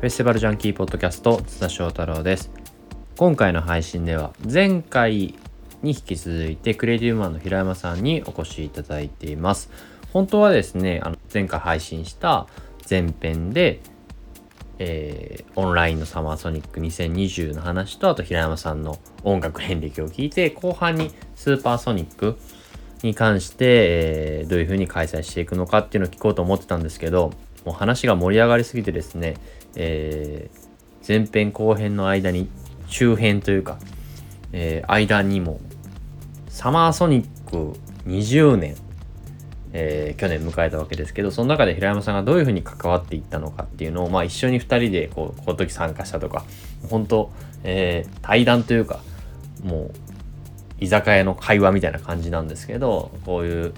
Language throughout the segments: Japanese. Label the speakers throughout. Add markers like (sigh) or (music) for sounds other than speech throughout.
Speaker 1: フェスティバルジャンキーポッドキャスト津田翔太郎です今回の配信では前回に引き続いてクリエイティブマンの平山さんにお越しいただいています本当はですねあの前回配信した前編で、えーオンラインのサマーソニック2020の話とあと平山さんの音楽遍歴を聞いて後半にスーパーソニックに関して、えーどういうふうに開催していくのかっていうのを聞こうと思ってたんですけどもう話が盛り上がりすぎてですね、えー前編後編の間に周辺というか、えー間にもサマーソニック20年、えー去年迎えたわけですけどその中で平山さんがどういうふうに関わっていったのかっていうのを、まあ、一緒に2人でこうこの時参加したとか本当、えー対談というかもう居酒屋の会話みたいな感じなんですけどこういう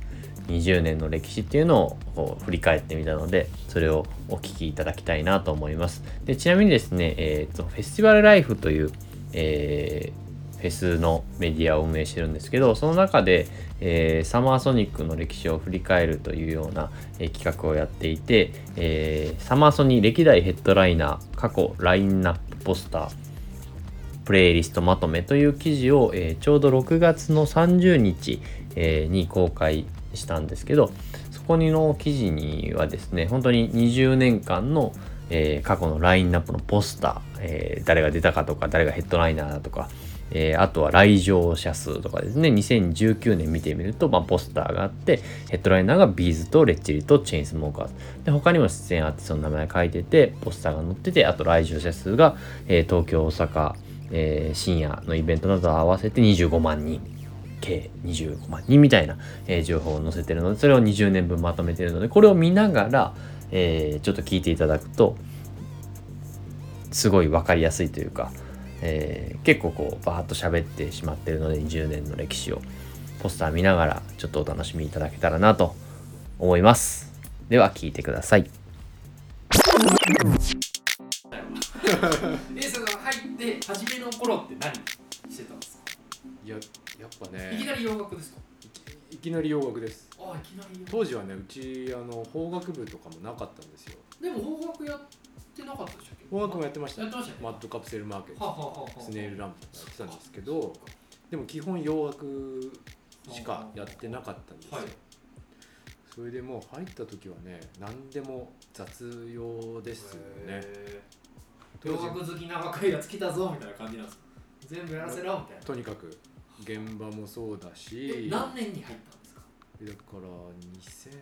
Speaker 1: 20年の歴史っていうのをこう振り返ってみたのでそれをお聞きいただきたいなと思いますでちなみにですね、えーとフェスティバルライフという、えーフェスのメディアを運営してるんですけどその中で、えーサマーソニックの歴史を振り返るというような、えー企画をやっていて、えーサマーソニー歴代ヘッドライナー過去ラインナップポスタープレイリストまとめという記事を、えーちょうど6月の30日、えーに公開したんですけどそこにの記事にはですね本当に20年間の、えー過去のラインナップのポスター、えー誰が出たかとか誰がヘッドライナーだとか、えーあとは来場者数とかですね2019年見てみると、まあ、ポスターがあってヘッドライナーがビーズとレッチリとチェーンスモーカーズで他にも出演アーティストの名前書いててポスターが載っててあと来場者数が、えー東京大阪えー深夜のイベントなど合わせて25万人計25万人みたいな、えー情報を載せてるのでそれを20年分まとめてるのでこれを見ながら、えーちょっと聞いていただくとすごい分かりやすいというか、えー結構こうバーッと喋ってしまってるので20年の歴史をポスター見ながらちょっとお楽しみいただけたらなと思いますでは聞いてください
Speaker 2: でその入って初めの頃って何してたんですか、
Speaker 3: いややっぱ
Speaker 2: いき
Speaker 3: ね
Speaker 2: なり洋楽ですか
Speaker 3: いきなり洋楽です
Speaker 2: あいきなり洋楽
Speaker 3: 当時はねうちあの邦楽部とかもなかったんですよ
Speaker 2: でも邦楽やってなかったでしょ
Speaker 3: 邦楽も
Speaker 2: や
Speaker 3: やってました
Speaker 2: やってましたよね
Speaker 3: マッドカプセルマーケッ
Speaker 2: はあ、
Speaker 3: ト
Speaker 2: はあはあはあ、
Speaker 3: スネイルランプとかやってたんですけどでも基本洋楽しかやってなかったんですよ、
Speaker 2: はい
Speaker 3: それでもう入った時はね何でも雑用ですよね
Speaker 2: へー
Speaker 3: 当
Speaker 2: 洋
Speaker 3: 時
Speaker 2: 楽好きな若いやつ来たぞみたいな感じなんですか全部やらせろみたいな
Speaker 3: とにかく現場もそうだ
Speaker 2: え
Speaker 3: しだか
Speaker 2: 何年に入ったんですから
Speaker 3: 2000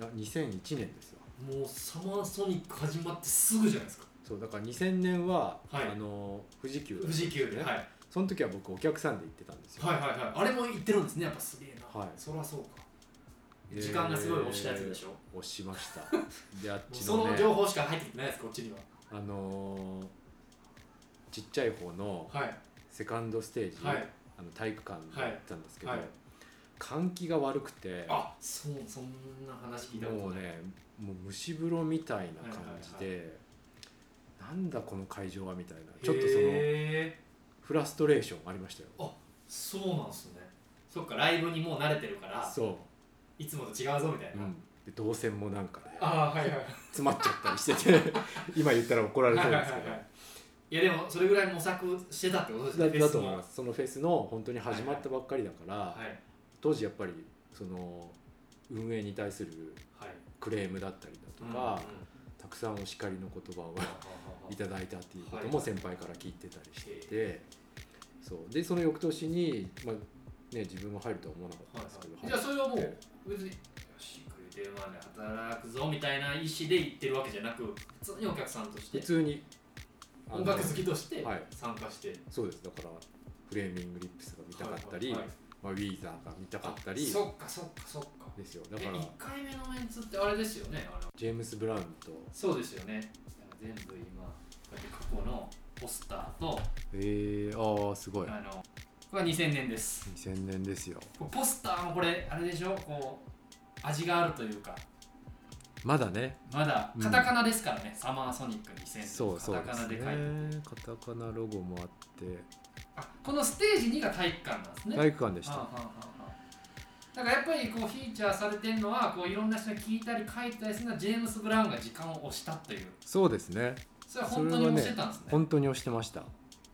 Speaker 3: あ2001年ですよ
Speaker 2: もうサマーソニック始まってすぐじゃないですか
Speaker 3: そうだから2000年は、
Speaker 2: はい
Speaker 3: あの富士急だったん
Speaker 2: 富
Speaker 3: です
Speaker 2: 士
Speaker 3: よ
Speaker 2: 急で、
Speaker 3: ね
Speaker 2: はい、はい
Speaker 3: その時は僕お客さんで行ってたんですよ、
Speaker 2: はいはいあれも行ってるんですねやっぱすげえな、
Speaker 3: はい
Speaker 2: そりゃそうか
Speaker 3: で
Speaker 2: 時間がすごい押したやつでしょ、
Speaker 3: 押しま
Speaker 2: (laughs)
Speaker 3: したであっち
Speaker 2: そ
Speaker 3: の,、
Speaker 2: の
Speaker 3: ね、
Speaker 2: 情報しか入ってきてないですこっちには
Speaker 3: あのーちっちゃい方の
Speaker 2: はい
Speaker 3: セカンドステージ、
Speaker 2: はい
Speaker 3: あの体育館だったんですけど、
Speaker 2: はい
Speaker 3: 換気が悪くて
Speaker 2: あそうそんな話聞いたこ
Speaker 3: も
Speaker 2: と
Speaker 3: う
Speaker 2: ない、
Speaker 3: ねもう蒸し風呂みたいな感じで、なんだこの会場はみたいなちょっとその
Speaker 2: へ
Speaker 3: フラストレーションありましたよ
Speaker 2: ーそうなんすねそっかライブにもう慣れてるから
Speaker 3: そ、
Speaker 2: いつもと違うぞみたいう
Speaker 3: う
Speaker 2: な、
Speaker 3: ん、で動線もなんかね
Speaker 2: ああはいはいはい
Speaker 3: 詰まっちゃったりして (laughs) て今言ったら怒られそう
Speaker 2: はいは
Speaker 3: で
Speaker 2: い
Speaker 3: すけど、
Speaker 2: (laughs) いやでもそれぐらい模索してたってことですね
Speaker 3: だ
Speaker 2: フェ
Speaker 3: だ
Speaker 2: ス
Speaker 3: と
Speaker 2: も
Speaker 3: 思いますそのフェスの本当に始まったばっかりだから、
Speaker 2: はい
Speaker 3: 当時やっぱりその運営に対する
Speaker 2: はい
Speaker 3: クレームだったりだとか、たくさんお叱りの言葉をいただいたっていうことも
Speaker 2: はい
Speaker 3: 先輩から聞いてたりしてて、そうでその翌年に、まあね、自分も入るとは思わなかったんですけど、
Speaker 2: じゃあそれはもう
Speaker 3: 入って
Speaker 2: 別によしクレーテーマで働くぞみたいな意思で行ってるわけじゃなく普通にお客さんとし
Speaker 3: 普
Speaker 2: て
Speaker 3: 通にあの
Speaker 2: 音楽好きとして
Speaker 3: はい
Speaker 2: 参加して、
Speaker 3: そうですだからフレーミングリップスが見たかったり、
Speaker 2: はいはいはい
Speaker 3: まあ、ウィーザーが見たかったり
Speaker 2: そっかそっかそっか
Speaker 3: ですよ
Speaker 2: え
Speaker 3: だから
Speaker 2: 1回目のメンツってあれですよねあの
Speaker 3: ジェームス・ブラウンと
Speaker 2: そうですよねだから全部今こうやって過去のポスターと、
Speaker 3: えー、ああすごい
Speaker 2: あのこれは2000年です
Speaker 3: 2000年ですよ
Speaker 2: これポスターもこれあれでしょこう味があるというか
Speaker 3: まだね
Speaker 2: まだ
Speaker 3: うん
Speaker 2: カタカナですからね、サマーソニック2000
Speaker 3: そうそう
Speaker 2: カタ
Speaker 3: で
Speaker 2: カナで書
Speaker 3: す
Speaker 2: いて
Speaker 3: ねカタカナロゴもあって
Speaker 2: あこのステージ2が体育館なんですね
Speaker 3: 体育館でし
Speaker 2: はあ
Speaker 3: た
Speaker 2: はあはあはあだからやっぱりこうフィーチャーされてるのはこういろんな人が聞いたり書いたりするのはジェームス・ブラウンが時間を押したという
Speaker 3: そうですね
Speaker 2: それは本当に教えたんですね
Speaker 3: 本当に押してました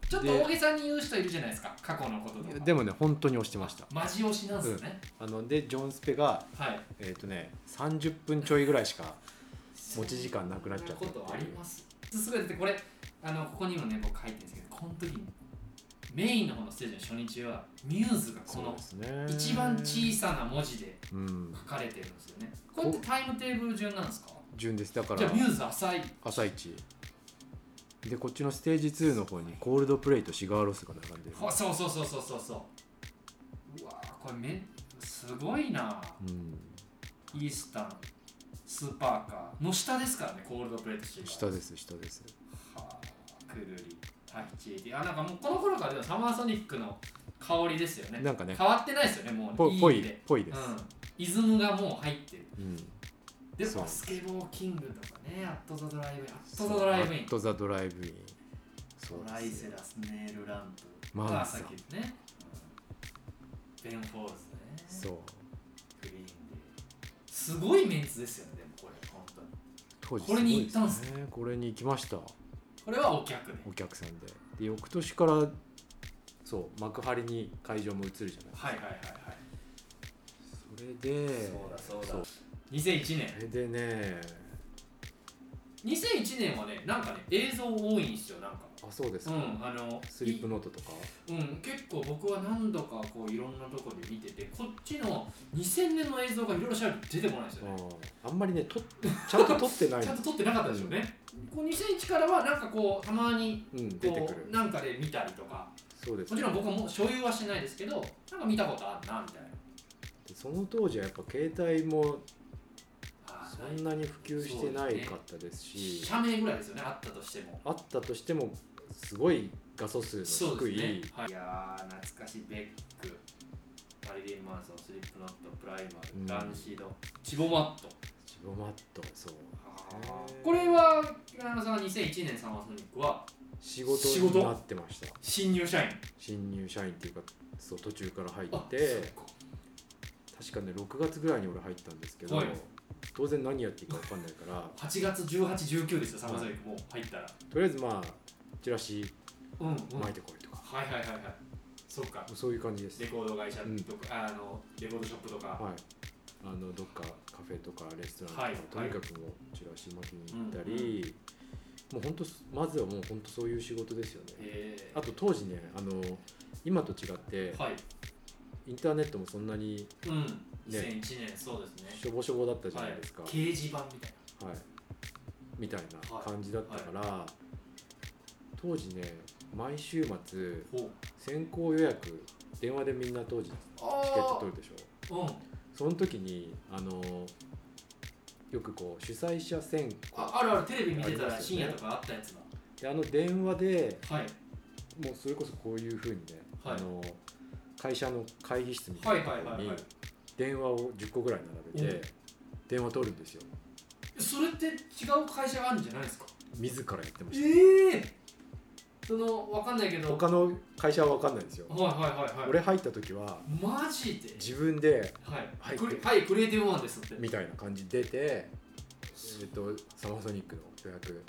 Speaker 2: ちょっと大げさに言う人いるじゃないですか過去のこととか
Speaker 3: でもね本当に押してました
Speaker 2: マジ推しなんですね、
Speaker 3: あのでジョン・スペが
Speaker 2: はい
Speaker 3: えっ、とね30分ちょいぐらいしか持ち時間なくなっちゃった
Speaker 2: そんなことありますすぐ出てこれあのここにもね僕書いてるんですけどこの時にメインの方のステージの初日はミューズがこの
Speaker 3: すね
Speaker 2: 一番小さな文字で
Speaker 3: うん
Speaker 2: 書かれてるんですよねこれってタイムテーブル順なんですか
Speaker 3: 順ですだか
Speaker 2: じゃ
Speaker 3: ら
Speaker 2: あミューズ浅い
Speaker 3: 朝一でこっちのステージ2の方にコールドプレイとシガーロスが並んでる
Speaker 2: ほそうそうそうそうそうそううわーこれめすごいな
Speaker 3: うん
Speaker 2: イースタンスーパーカーの下ですからねコールドプレートしてる
Speaker 3: 下です下です
Speaker 2: はあくるりタヒチエティあなんかもうこの頃からでもサマーソニックの香りですよね
Speaker 3: なんかね
Speaker 2: 変わってないですよねもう
Speaker 3: ぽぽ
Speaker 2: い意味
Speaker 3: い
Speaker 2: で
Speaker 3: ぽいです
Speaker 2: うん、イズムがもう入ってる
Speaker 3: うん
Speaker 2: で
Speaker 3: そう
Speaker 2: バスケボーキングとかねアットザドライブインアッ
Speaker 3: そう
Speaker 2: トザドライブイ
Speaker 3: ア
Speaker 2: ン
Speaker 3: ットザドライブインそう
Speaker 2: トライ
Speaker 3: です
Speaker 2: セラスネイルランプ
Speaker 3: マンサ
Speaker 2: まあさっきのね、うんベン・フォーズね
Speaker 3: そう
Speaker 2: グリーンデーすごいメンツですよねでもこれ本当に
Speaker 3: 当時
Speaker 2: これに行ったんです
Speaker 3: ごいねこれに行きました
Speaker 2: これはお客で
Speaker 3: お客さんでで翌年からそう幕張に会場も移るじゃな
Speaker 2: は
Speaker 3: い
Speaker 2: いはいはいはい
Speaker 3: それで
Speaker 2: そうだそうだ2001年
Speaker 3: それでね
Speaker 2: 2001年はねなんかね映像多いんですよなんか
Speaker 3: あそうです
Speaker 2: う
Speaker 3: か、
Speaker 2: んあの
Speaker 3: スリップノートとか
Speaker 2: いうん結構僕は何度かこういろんなとこで見ててこっちの2000年の映像がいろいろ調べて出てこないんですよね
Speaker 3: あんまりねとちゃんと撮ってな
Speaker 2: (laughs)
Speaker 3: い
Speaker 2: ちゃんと撮ってなかったでしょうね、こう2001からはなんかこうたまに
Speaker 3: うん、出てく
Speaker 2: こう
Speaker 3: る
Speaker 2: なんかで見たりとか
Speaker 3: そうです
Speaker 2: もちろん僕はもう所有はしてないですけどなんか見たことあるなみたいな
Speaker 3: でその当時はやっぱ携帯も
Speaker 2: あ
Speaker 3: そ
Speaker 2: ー
Speaker 3: んなに普及してないかったですし
Speaker 2: 社名ぐらいですよねあったとしても
Speaker 3: あったとしてもすごい画素数の低い、
Speaker 2: はい、いやー懐かしいベックマリリン・マンソンスリップノットプライ
Speaker 3: うん
Speaker 2: マルランシードチボマット
Speaker 3: ジボマットそうー
Speaker 2: これは平山さんが2001年サマーソニックは
Speaker 3: 仕事
Speaker 2: 仕事
Speaker 3: になってました
Speaker 2: 新入社員
Speaker 3: 新入社員っていうかそう途中から入っ
Speaker 2: あ
Speaker 3: て確かね6月ぐらいに俺入ったんですけど、
Speaker 2: はい
Speaker 3: 当然何やっていいか分かんないから
Speaker 2: 8月1819ですよサマーソニックもう入ったら
Speaker 3: とりあえずまあチラシ
Speaker 2: うんうん
Speaker 3: 巻
Speaker 2: はい
Speaker 3: いてこいとか、
Speaker 2: はいはいはいそっか
Speaker 3: もうそういう感じです
Speaker 2: レコード会社とか、
Speaker 3: うん
Speaker 2: あのレコードショップとか、
Speaker 3: はい、あのどっかカフェとかレストランとか、
Speaker 2: はい
Speaker 3: とにかくもうチラシ巻きに行ったり、もう本当まずはもう本当そういう仕事ですよね。
Speaker 2: えー
Speaker 3: あと当時ねあの今と違って
Speaker 2: はい
Speaker 3: インターネットもそんなに
Speaker 2: うん、
Speaker 3: ね
Speaker 2: 2001年そうですね
Speaker 3: しょぼしょぼだったじゃ
Speaker 2: は
Speaker 3: ないいですか、はい
Speaker 2: 掲示板みたい
Speaker 3: みたいな感じだったから、当時ね毎週末
Speaker 2: なほう
Speaker 3: 先行予約電話でみんな当時チケット取るでしょ
Speaker 2: うん
Speaker 3: その時にあのよくこう主催者選考
Speaker 2: ああるあるテレビ見てた
Speaker 3: あり
Speaker 2: ら
Speaker 3: ます
Speaker 2: 深
Speaker 3: よね
Speaker 2: 夜とかあったやつだ
Speaker 3: であの電話で
Speaker 2: はい
Speaker 3: もうそれこそこういうふうにね、
Speaker 2: はい
Speaker 3: あの会社の会議室みたいなとこ
Speaker 2: はいは
Speaker 3: ろ
Speaker 2: いはい
Speaker 3: に
Speaker 2: はい
Speaker 3: 電話を10個ぐらい並べ
Speaker 2: うん
Speaker 3: て電話取るんですよ
Speaker 2: それって違う会社があるんじゃないですか
Speaker 3: 自らやってまし
Speaker 2: ええそのわかんないけ
Speaker 3: た
Speaker 2: ど
Speaker 3: 他の会社は分かんないですよ
Speaker 2: はいはいはいはい
Speaker 3: 俺入った時は
Speaker 2: マジで
Speaker 3: 自分で
Speaker 2: はい、
Speaker 3: はい
Speaker 2: クリはい、クリエイティブマンですって
Speaker 3: みたいな感じ出て、えー、とサマーソニックの予約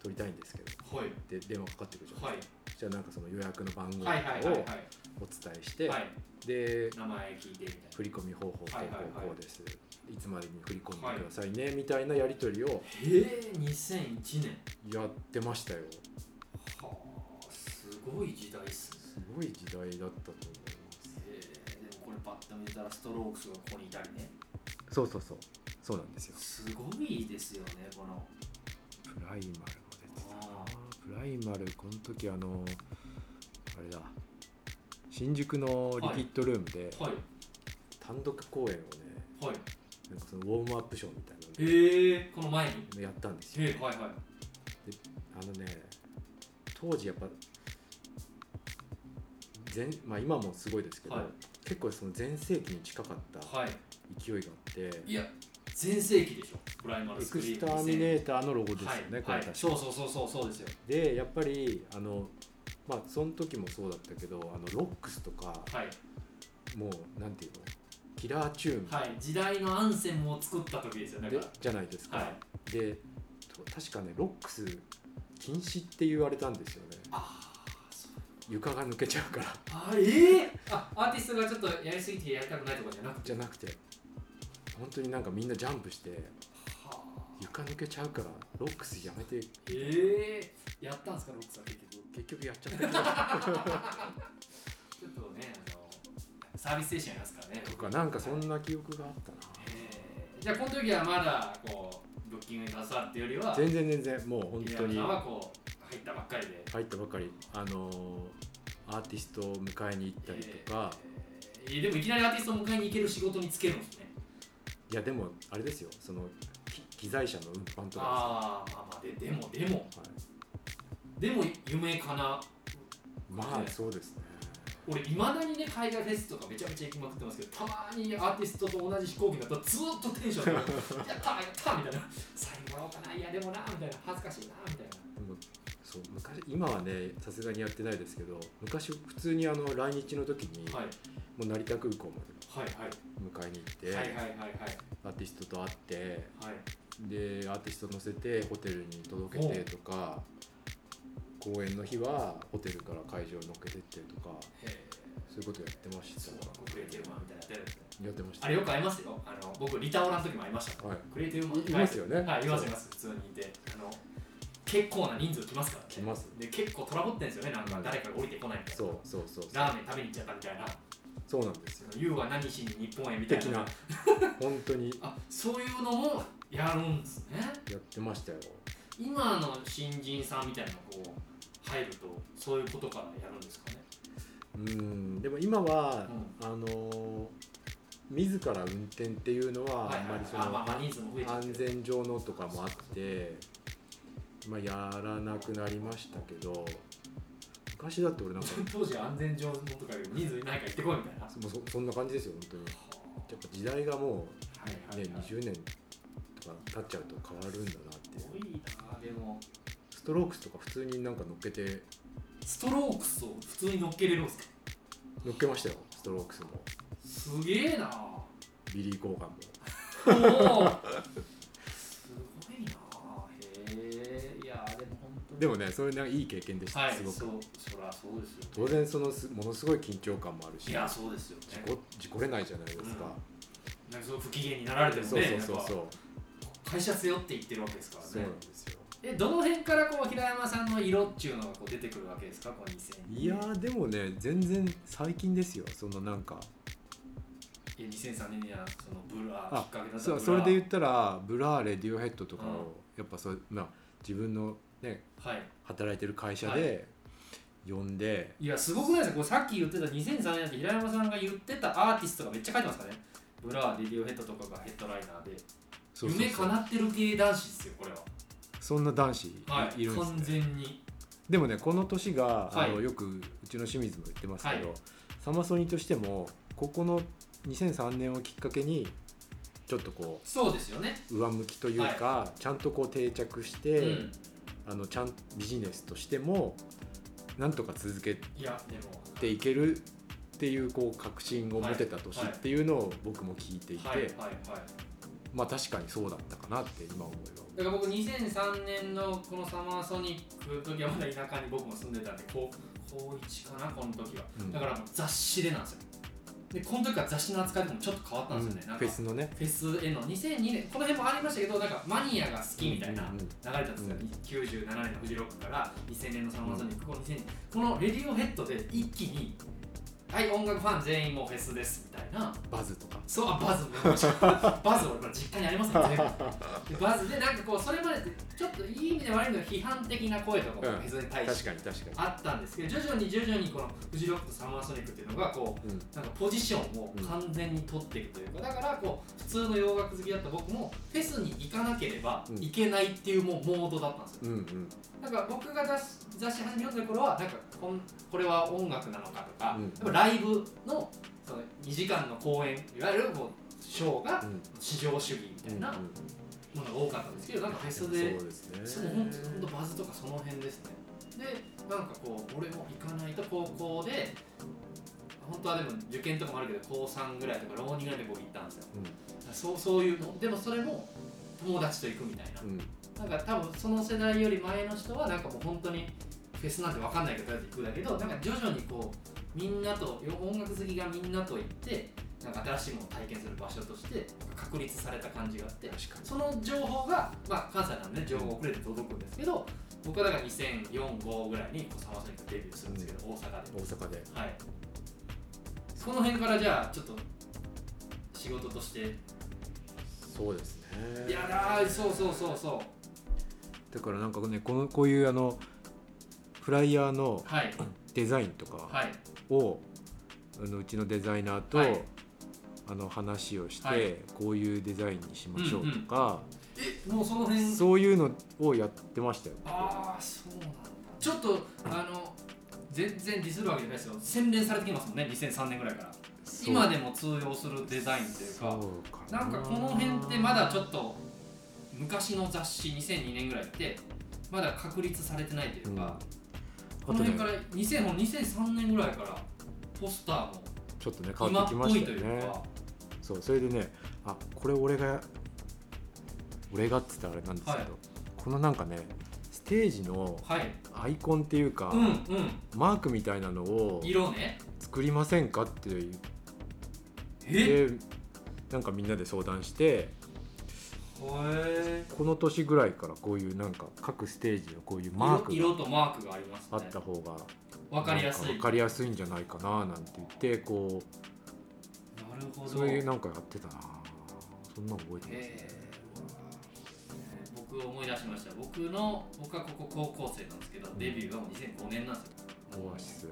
Speaker 3: 取りたいんですけど
Speaker 2: はい
Speaker 3: で電話かかってくるじゃな
Speaker 2: はいい
Speaker 3: ですか、じゃあなんかその予約の番号とか
Speaker 2: はいはいはい
Speaker 3: を
Speaker 2: は
Speaker 3: お伝えし
Speaker 2: い
Speaker 3: て、
Speaker 2: はい
Speaker 3: で
Speaker 2: 名前聞いてみたい
Speaker 3: 振り込み方法とこ
Speaker 2: はいはいはいう
Speaker 3: こうです、いつまでに振り込んでくださいね、みたいなやり取りを
Speaker 2: なへえ2001年
Speaker 3: やってましたよ
Speaker 2: はあすごい時代っすね
Speaker 3: すごい時代だったと思いま
Speaker 2: へえでもこれパッと見たらストロークスがここにいたりね
Speaker 3: すそうそうそうそうなんですよ
Speaker 2: すごいですよねこの
Speaker 3: プライマルも出てたな
Speaker 2: あ
Speaker 3: プライマルこの時あのあれだ新宿のリキッドルームで
Speaker 2: はい
Speaker 3: 単独公演をね
Speaker 2: はい
Speaker 3: なんかそのウォームアップショーみたいなの
Speaker 2: へえこの前に
Speaker 3: をやったんですよ
Speaker 2: へえはいはい
Speaker 3: あのね当時やっぱ全まあ今もすごいですけど、
Speaker 2: はい
Speaker 3: 結構その全盛期に近かった
Speaker 2: はい
Speaker 3: 勢いがあって、
Speaker 2: いや、全盛期でしょ、プライマル
Speaker 3: エ
Speaker 2: スク
Speaker 3: ク
Speaker 2: リ
Speaker 3: ス
Speaker 2: ー
Speaker 3: タ
Speaker 2: ム
Speaker 3: ーミネーターのロゴ
Speaker 2: 2000
Speaker 3: ですよね、
Speaker 2: はい
Speaker 3: これ
Speaker 2: はい
Speaker 3: 確か、
Speaker 2: そうそうそうそうそうですよ。
Speaker 3: でやっぱりあのまあその時もそうだったけどあのロックスとか、
Speaker 2: はい、
Speaker 3: もうなんていうのキラーチューン、
Speaker 2: はい、時代のアンセムを作った時ですよね。
Speaker 3: で
Speaker 2: だか
Speaker 3: じゃないです
Speaker 2: ら
Speaker 3: か、
Speaker 2: はい、
Speaker 3: でと確かねロックス禁止って言われたんですよね
Speaker 2: あーそう
Speaker 3: 床が抜けちゃうから (laughs)
Speaker 2: あええあアーティストがちょっとやりすぎてやりたくないとかじゃなくて
Speaker 3: じゃなくて本当になんかみんなジャンプして
Speaker 2: はあ
Speaker 3: 床抜けちゃうからロックスやめて
Speaker 2: ええやったんですかロックさん結局
Speaker 3: 結局やっちゃったりと
Speaker 2: ちょっとねあのサービス精神ありますからね
Speaker 3: かなんかそんな記憶があったな
Speaker 2: えーじゃあこの時はまだこうブッキングに携わるっていうよりは
Speaker 3: 全然全然もう本
Speaker 2: 入
Speaker 3: 当
Speaker 2: 山
Speaker 3: に
Speaker 2: さん
Speaker 3: 入
Speaker 2: はこう入ったばっかりで
Speaker 3: ったばかりあのーアーティストを迎えに行ったりとか、
Speaker 2: えーえーでもいきなりアーティストを迎えに行ける仕事に就けるんですね
Speaker 3: いやでもあれですよそのき機材車の運搬とか
Speaker 2: あーまあまあででもでも
Speaker 3: ですはい
Speaker 2: でも夢かな
Speaker 3: ま
Speaker 2: ね
Speaker 3: あそうですね
Speaker 2: 俺いまだにね海外フェスとかめちゃめちゃ行きまくってますけどたまにアーティストと同じ飛行機だとずーっとテンシ
Speaker 3: (laughs)
Speaker 2: ョン上がるやったーやったーみたいなサインもらおうかないやでもなーみたいな恥ずかしいなーみたいな
Speaker 3: でもそう昔今はねさすがにやってないですけど昔普通にあの来日の時に、
Speaker 2: はい
Speaker 3: もう成田空港ま
Speaker 2: はいはい
Speaker 3: で迎えに行って、
Speaker 2: はいはいはいはい
Speaker 3: アーティストと会って
Speaker 2: はい
Speaker 3: でアーティスト乗せてホテルに届けてとか公演の日はホテルから会場に乗っけてってとか
Speaker 2: へー
Speaker 3: そういうことやってました
Speaker 2: そうなんかクリエイティブマンみたいなやつやるんですね
Speaker 3: やってました
Speaker 2: あれよく会いますよあの僕リタオラの時も会いました、
Speaker 3: はい
Speaker 2: クリエイティブマン
Speaker 3: いいますよね
Speaker 2: はいいます
Speaker 3: そう
Speaker 2: います普通にいてあの結構な人数来ますからね
Speaker 3: 来ます
Speaker 2: で結構トラブってんですよねなんか誰かが降りてこないみたいな
Speaker 3: そうそうそうそう
Speaker 2: ラーメン食べに行っちゃったみたいな
Speaker 3: そうなんですよ
Speaker 2: 「YOU は何しに日本へ」みたい
Speaker 3: 的
Speaker 2: な (laughs)
Speaker 3: な本当に
Speaker 2: あそういうのもやるんですね
Speaker 3: やってましたよ
Speaker 2: 今の新人さんみたいなのこう入るとそういうことからやるんですかね
Speaker 3: うんでも今は、あのー自ら運転っていうのはあんまりその、
Speaker 2: あまあまあ人数も増えちゃって
Speaker 3: 安全上のとかもあって、まあ、やらなくなりましたけど昔だって俺なんか
Speaker 2: (laughs) 当時安全上のとかより人数いないから行ってこいみたいな
Speaker 3: もうそそんな感じですよ本当にやっぱ時代がも、
Speaker 2: はいうはい
Speaker 3: ね、
Speaker 2: はい、す
Speaker 3: 20年とか経っちゃうと変わるんだなっていう
Speaker 2: ごいなでも
Speaker 3: ストロークスとか普通になんか乗っけて
Speaker 2: ストロークスを普通に乗っけれるんすか
Speaker 3: 乗っけましたよストロークスも
Speaker 2: すげえな
Speaker 3: ビリー・コーガンも
Speaker 2: おおすごいなへえいやでも本当に
Speaker 3: でもねそれなんかいい経験でした、
Speaker 2: はい
Speaker 3: すご
Speaker 2: そう
Speaker 3: く
Speaker 2: そらそうですよ、ね、
Speaker 3: 当然そのすものすごい緊張感もあるし
Speaker 2: いやそうですよね
Speaker 3: 事故事故れないじゃないですか、
Speaker 2: なんかそう不機嫌になられてもね
Speaker 3: そうそうそう
Speaker 2: なん
Speaker 3: そ
Speaker 2: か
Speaker 3: う
Speaker 2: 会社背負って言ってるわけですからね
Speaker 3: そうなんですよ
Speaker 2: えどの辺からこう平山さんの色っていうのがこう出てくるわけですかこう2000
Speaker 3: いやーでもね全然最近ですよそのなんか
Speaker 2: いや2003年にはそのブラ
Speaker 3: あ
Speaker 2: きっかけだった
Speaker 3: そ
Speaker 2: ブラ
Speaker 3: それで言ったらブラーレディオヘッドとかをやっぱそう、まあ、自分のね
Speaker 2: はい
Speaker 3: 働いてる会社で呼んで、
Speaker 2: いやすごくないですかこうさっき言ってた2003年って平山さんが言ってたアーティストがめっちゃ書いてますからねブラレディオヘッドとかがヘッドライナーで
Speaker 3: そうそうそう
Speaker 2: 夢叶ってる系男子ですよこれは
Speaker 3: そんな男子い,、
Speaker 2: はい
Speaker 3: るんです、
Speaker 2: 完
Speaker 3: ね、
Speaker 2: 全に
Speaker 3: でもねこの年が、
Speaker 2: はい
Speaker 3: あのよくうちの清水も言ってますけど、
Speaker 2: はい
Speaker 3: サマソニとしてもここの2003年をきっかけにちょっとこ
Speaker 2: そうですよね
Speaker 3: う上向きというか、ちゃんとこう定着して、
Speaker 2: うん
Speaker 3: あのちゃんビジネスとしてもなんとか続け
Speaker 2: いやでも
Speaker 3: ていけるっていうこう確信を持てた年っていうのを僕も聞いていて、
Speaker 2: はいはいはい
Speaker 3: まあ確かにそうだったかなって今思
Speaker 2: だから僕2003年のこのサマーソニックの時はまだ田舎に僕も住んでたんで高高1かなこの時は、
Speaker 3: うん
Speaker 2: だからもう雑誌でなんですよでこの時から雑誌の扱いとかもちょっと変わっ
Speaker 3: えば、
Speaker 2: たんですよね、
Speaker 3: うん
Speaker 2: なん
Speaker 3: フ
Speaker 2: か
Speaker 3: ェスのね
Speaker 2: フェスへの2002年この辺もありましたけどなんかマニアが好きみたいな
Speaker 3: うんうんうん
Speaker 2: 流れたんですよ、
Speaker 3: うん
Speaker 2: 97年のフジロックから2000年のサマーソニックこの2000年このレディオヘッドで一気にはい音楽ファン全員もうフェスですみたいな
Speaker 3: バズとか
Speaker 2: そうあバズも
Speaker 3: (laughs)
Speaker 2: バズ俺これ実家にありますよねでバズでなんかこうそれまでってちょっといい意味で悪いの批判的な声とかも
Speaker 3: うん
Speaker 2: フェスに対して
Speaker 3: 確かに確か
Speaker 2: あったんですけど徐々に徐々にこのフジロックとサマーソニックっていうのがこう
Speaker 3: に、うん、
Speaker 2: なんかポジションを完全に取っていくというか、だからこう普通の洋楽好きだった僕もフェスに行かなければいけないっていうもうモードだったんですよ、
Speaker 3: うんうん
Speaker 2: なんか僕が雑誌雑誌始めようという頃はなんかこんこれは音楽なのかとか、
Speaker 3: うん
Speaker 2: やっぱライブのその2時間の公演いわゆるこうショーが
Speaker 3: うん
Speaker 2: 至上主義みたいな
Speaker 3: うん
Speaker 2: ものが多かったんですけど、なんかフェ
Speaker 3: そ
Speaker 2: ス
Speaker 3: う
Speaker 2: で
Speaker 3: ですね
Speaker 2: そう本当本当バズとかその辺ですねでなんかこう俺も行かないと高校で本当はでも受験とかもあるけど高3ぐらいとか浪人ぐらいで僕行ったんですよ
Speaker 3: うん
Speaker 2: そうそういうのでもそれも友達と行くみたいな、
Speaker 3: うん
Speaker 2: だなんか多分その世代より前の人はなんかもう本当にフェスなんて分かんないけどとりあえず行くだけどなんか徐々にこうみんなと音楽好きがみんなと行ってなんか新しいものを体験する場所として確立された感じがあって
Speaker 3: 確かに
Speaker 2: その情報が、まあ、関西なんでね情報遅れて届くんですけど僕はだから2004-5ぐらいにこうサマーソニックデビューするんですけど、大阪で。
Speaker 3: 大阪で
Speaker 2: はい。その辺からじゃあちょっと仕事として、
Speaker 3: そうですね
Speaker 2: いやだーそうそうそうそう
Speaker 3: だからなんかねこのこういうあのフライヤーの
Speaker 2: はい
Speaker 3: デザインとか
Speaker 2: はい
Speaker 3: を、あのうちのデザイナーと、
Speaker 2: はい
Speaker 3: あの話をして、
Speaker 2: はい
Speaker 3: こういうデザインにしましょうとか、
Speaker 2: えもうその辺
Speaker 3: そういうのをやってましたよ、
Speaker 2: ああそうなんだちょっとあの全然ディスるわけじゃないですよ洗練されてきますもんね2003年ぐらいから
Speaker 3: そう
Speaker 2: 今でも通用するデザインっていうか
Speaker 3: そうか
Speaker 2: なんかこの辺ってまだちょっと昔の雑誌2002年ぐらいってまだ確立されてないというか、こ
Speaker 3: あ
Speaker 2: の
Speaker 3: とね
Speaker 2: 辺から2000も2003年ぐらいからポスターも
Speaker 3: ちょっとね変
Speaker 2: 今
Speaker 3: わっ
Speaker 2: って
Speaker 3: き
Speaker 2: ぽ
Speaker 3: まし
Speaker 2: い
Speaker 3: た
Speaker 2: と
Speaker 3: よ
Speaker 2: いう
Speaker 3: ね
Speaker 2: か、
Speaker 3: そうそれでねあこれ俺が俺がっつったらあれなんですけど、
Speaker 2: はい
Speaker 3: このなんかねステージの
Speaker 2: はい、
Speaker 3: アイコンっていうか、
Speaker 2: うんうん、
Speaker 3: マークみたいなのを
Speaker 2: 色ね、
Speaker 3: 作りませんかって言っ
Speaker 2: え
Speaker 3: てなんかみんなで相談して
Speaker 2: へ
Speaker 3: この年ぐらいからこういうなんか各ステージのこういうマーク
Speaker 2: 色
Speaker 3: が
Speaker 2: 色とマークがあります
Speaker 3: あ
Speaker 2: ね
Speaker 3: った方が
Speaker 2: わかりやす
Speaker 3: なん
Speaker 2: い
Speaker 3: 分かりやすいんじゃないかななんて言ってこ
Speaker 2: なるほ
Speaker 3: う
Speaker 2: ど
Speaker 3: そういうなんかやってたなそんなの覚えてますね
Speaker 2: えー僕思い出しました僕の僕はここ高校生なんですけどデビューがもう2005年なんですよも
Speaker 3: オ
Speaker 2: う
Speaker 3: アシス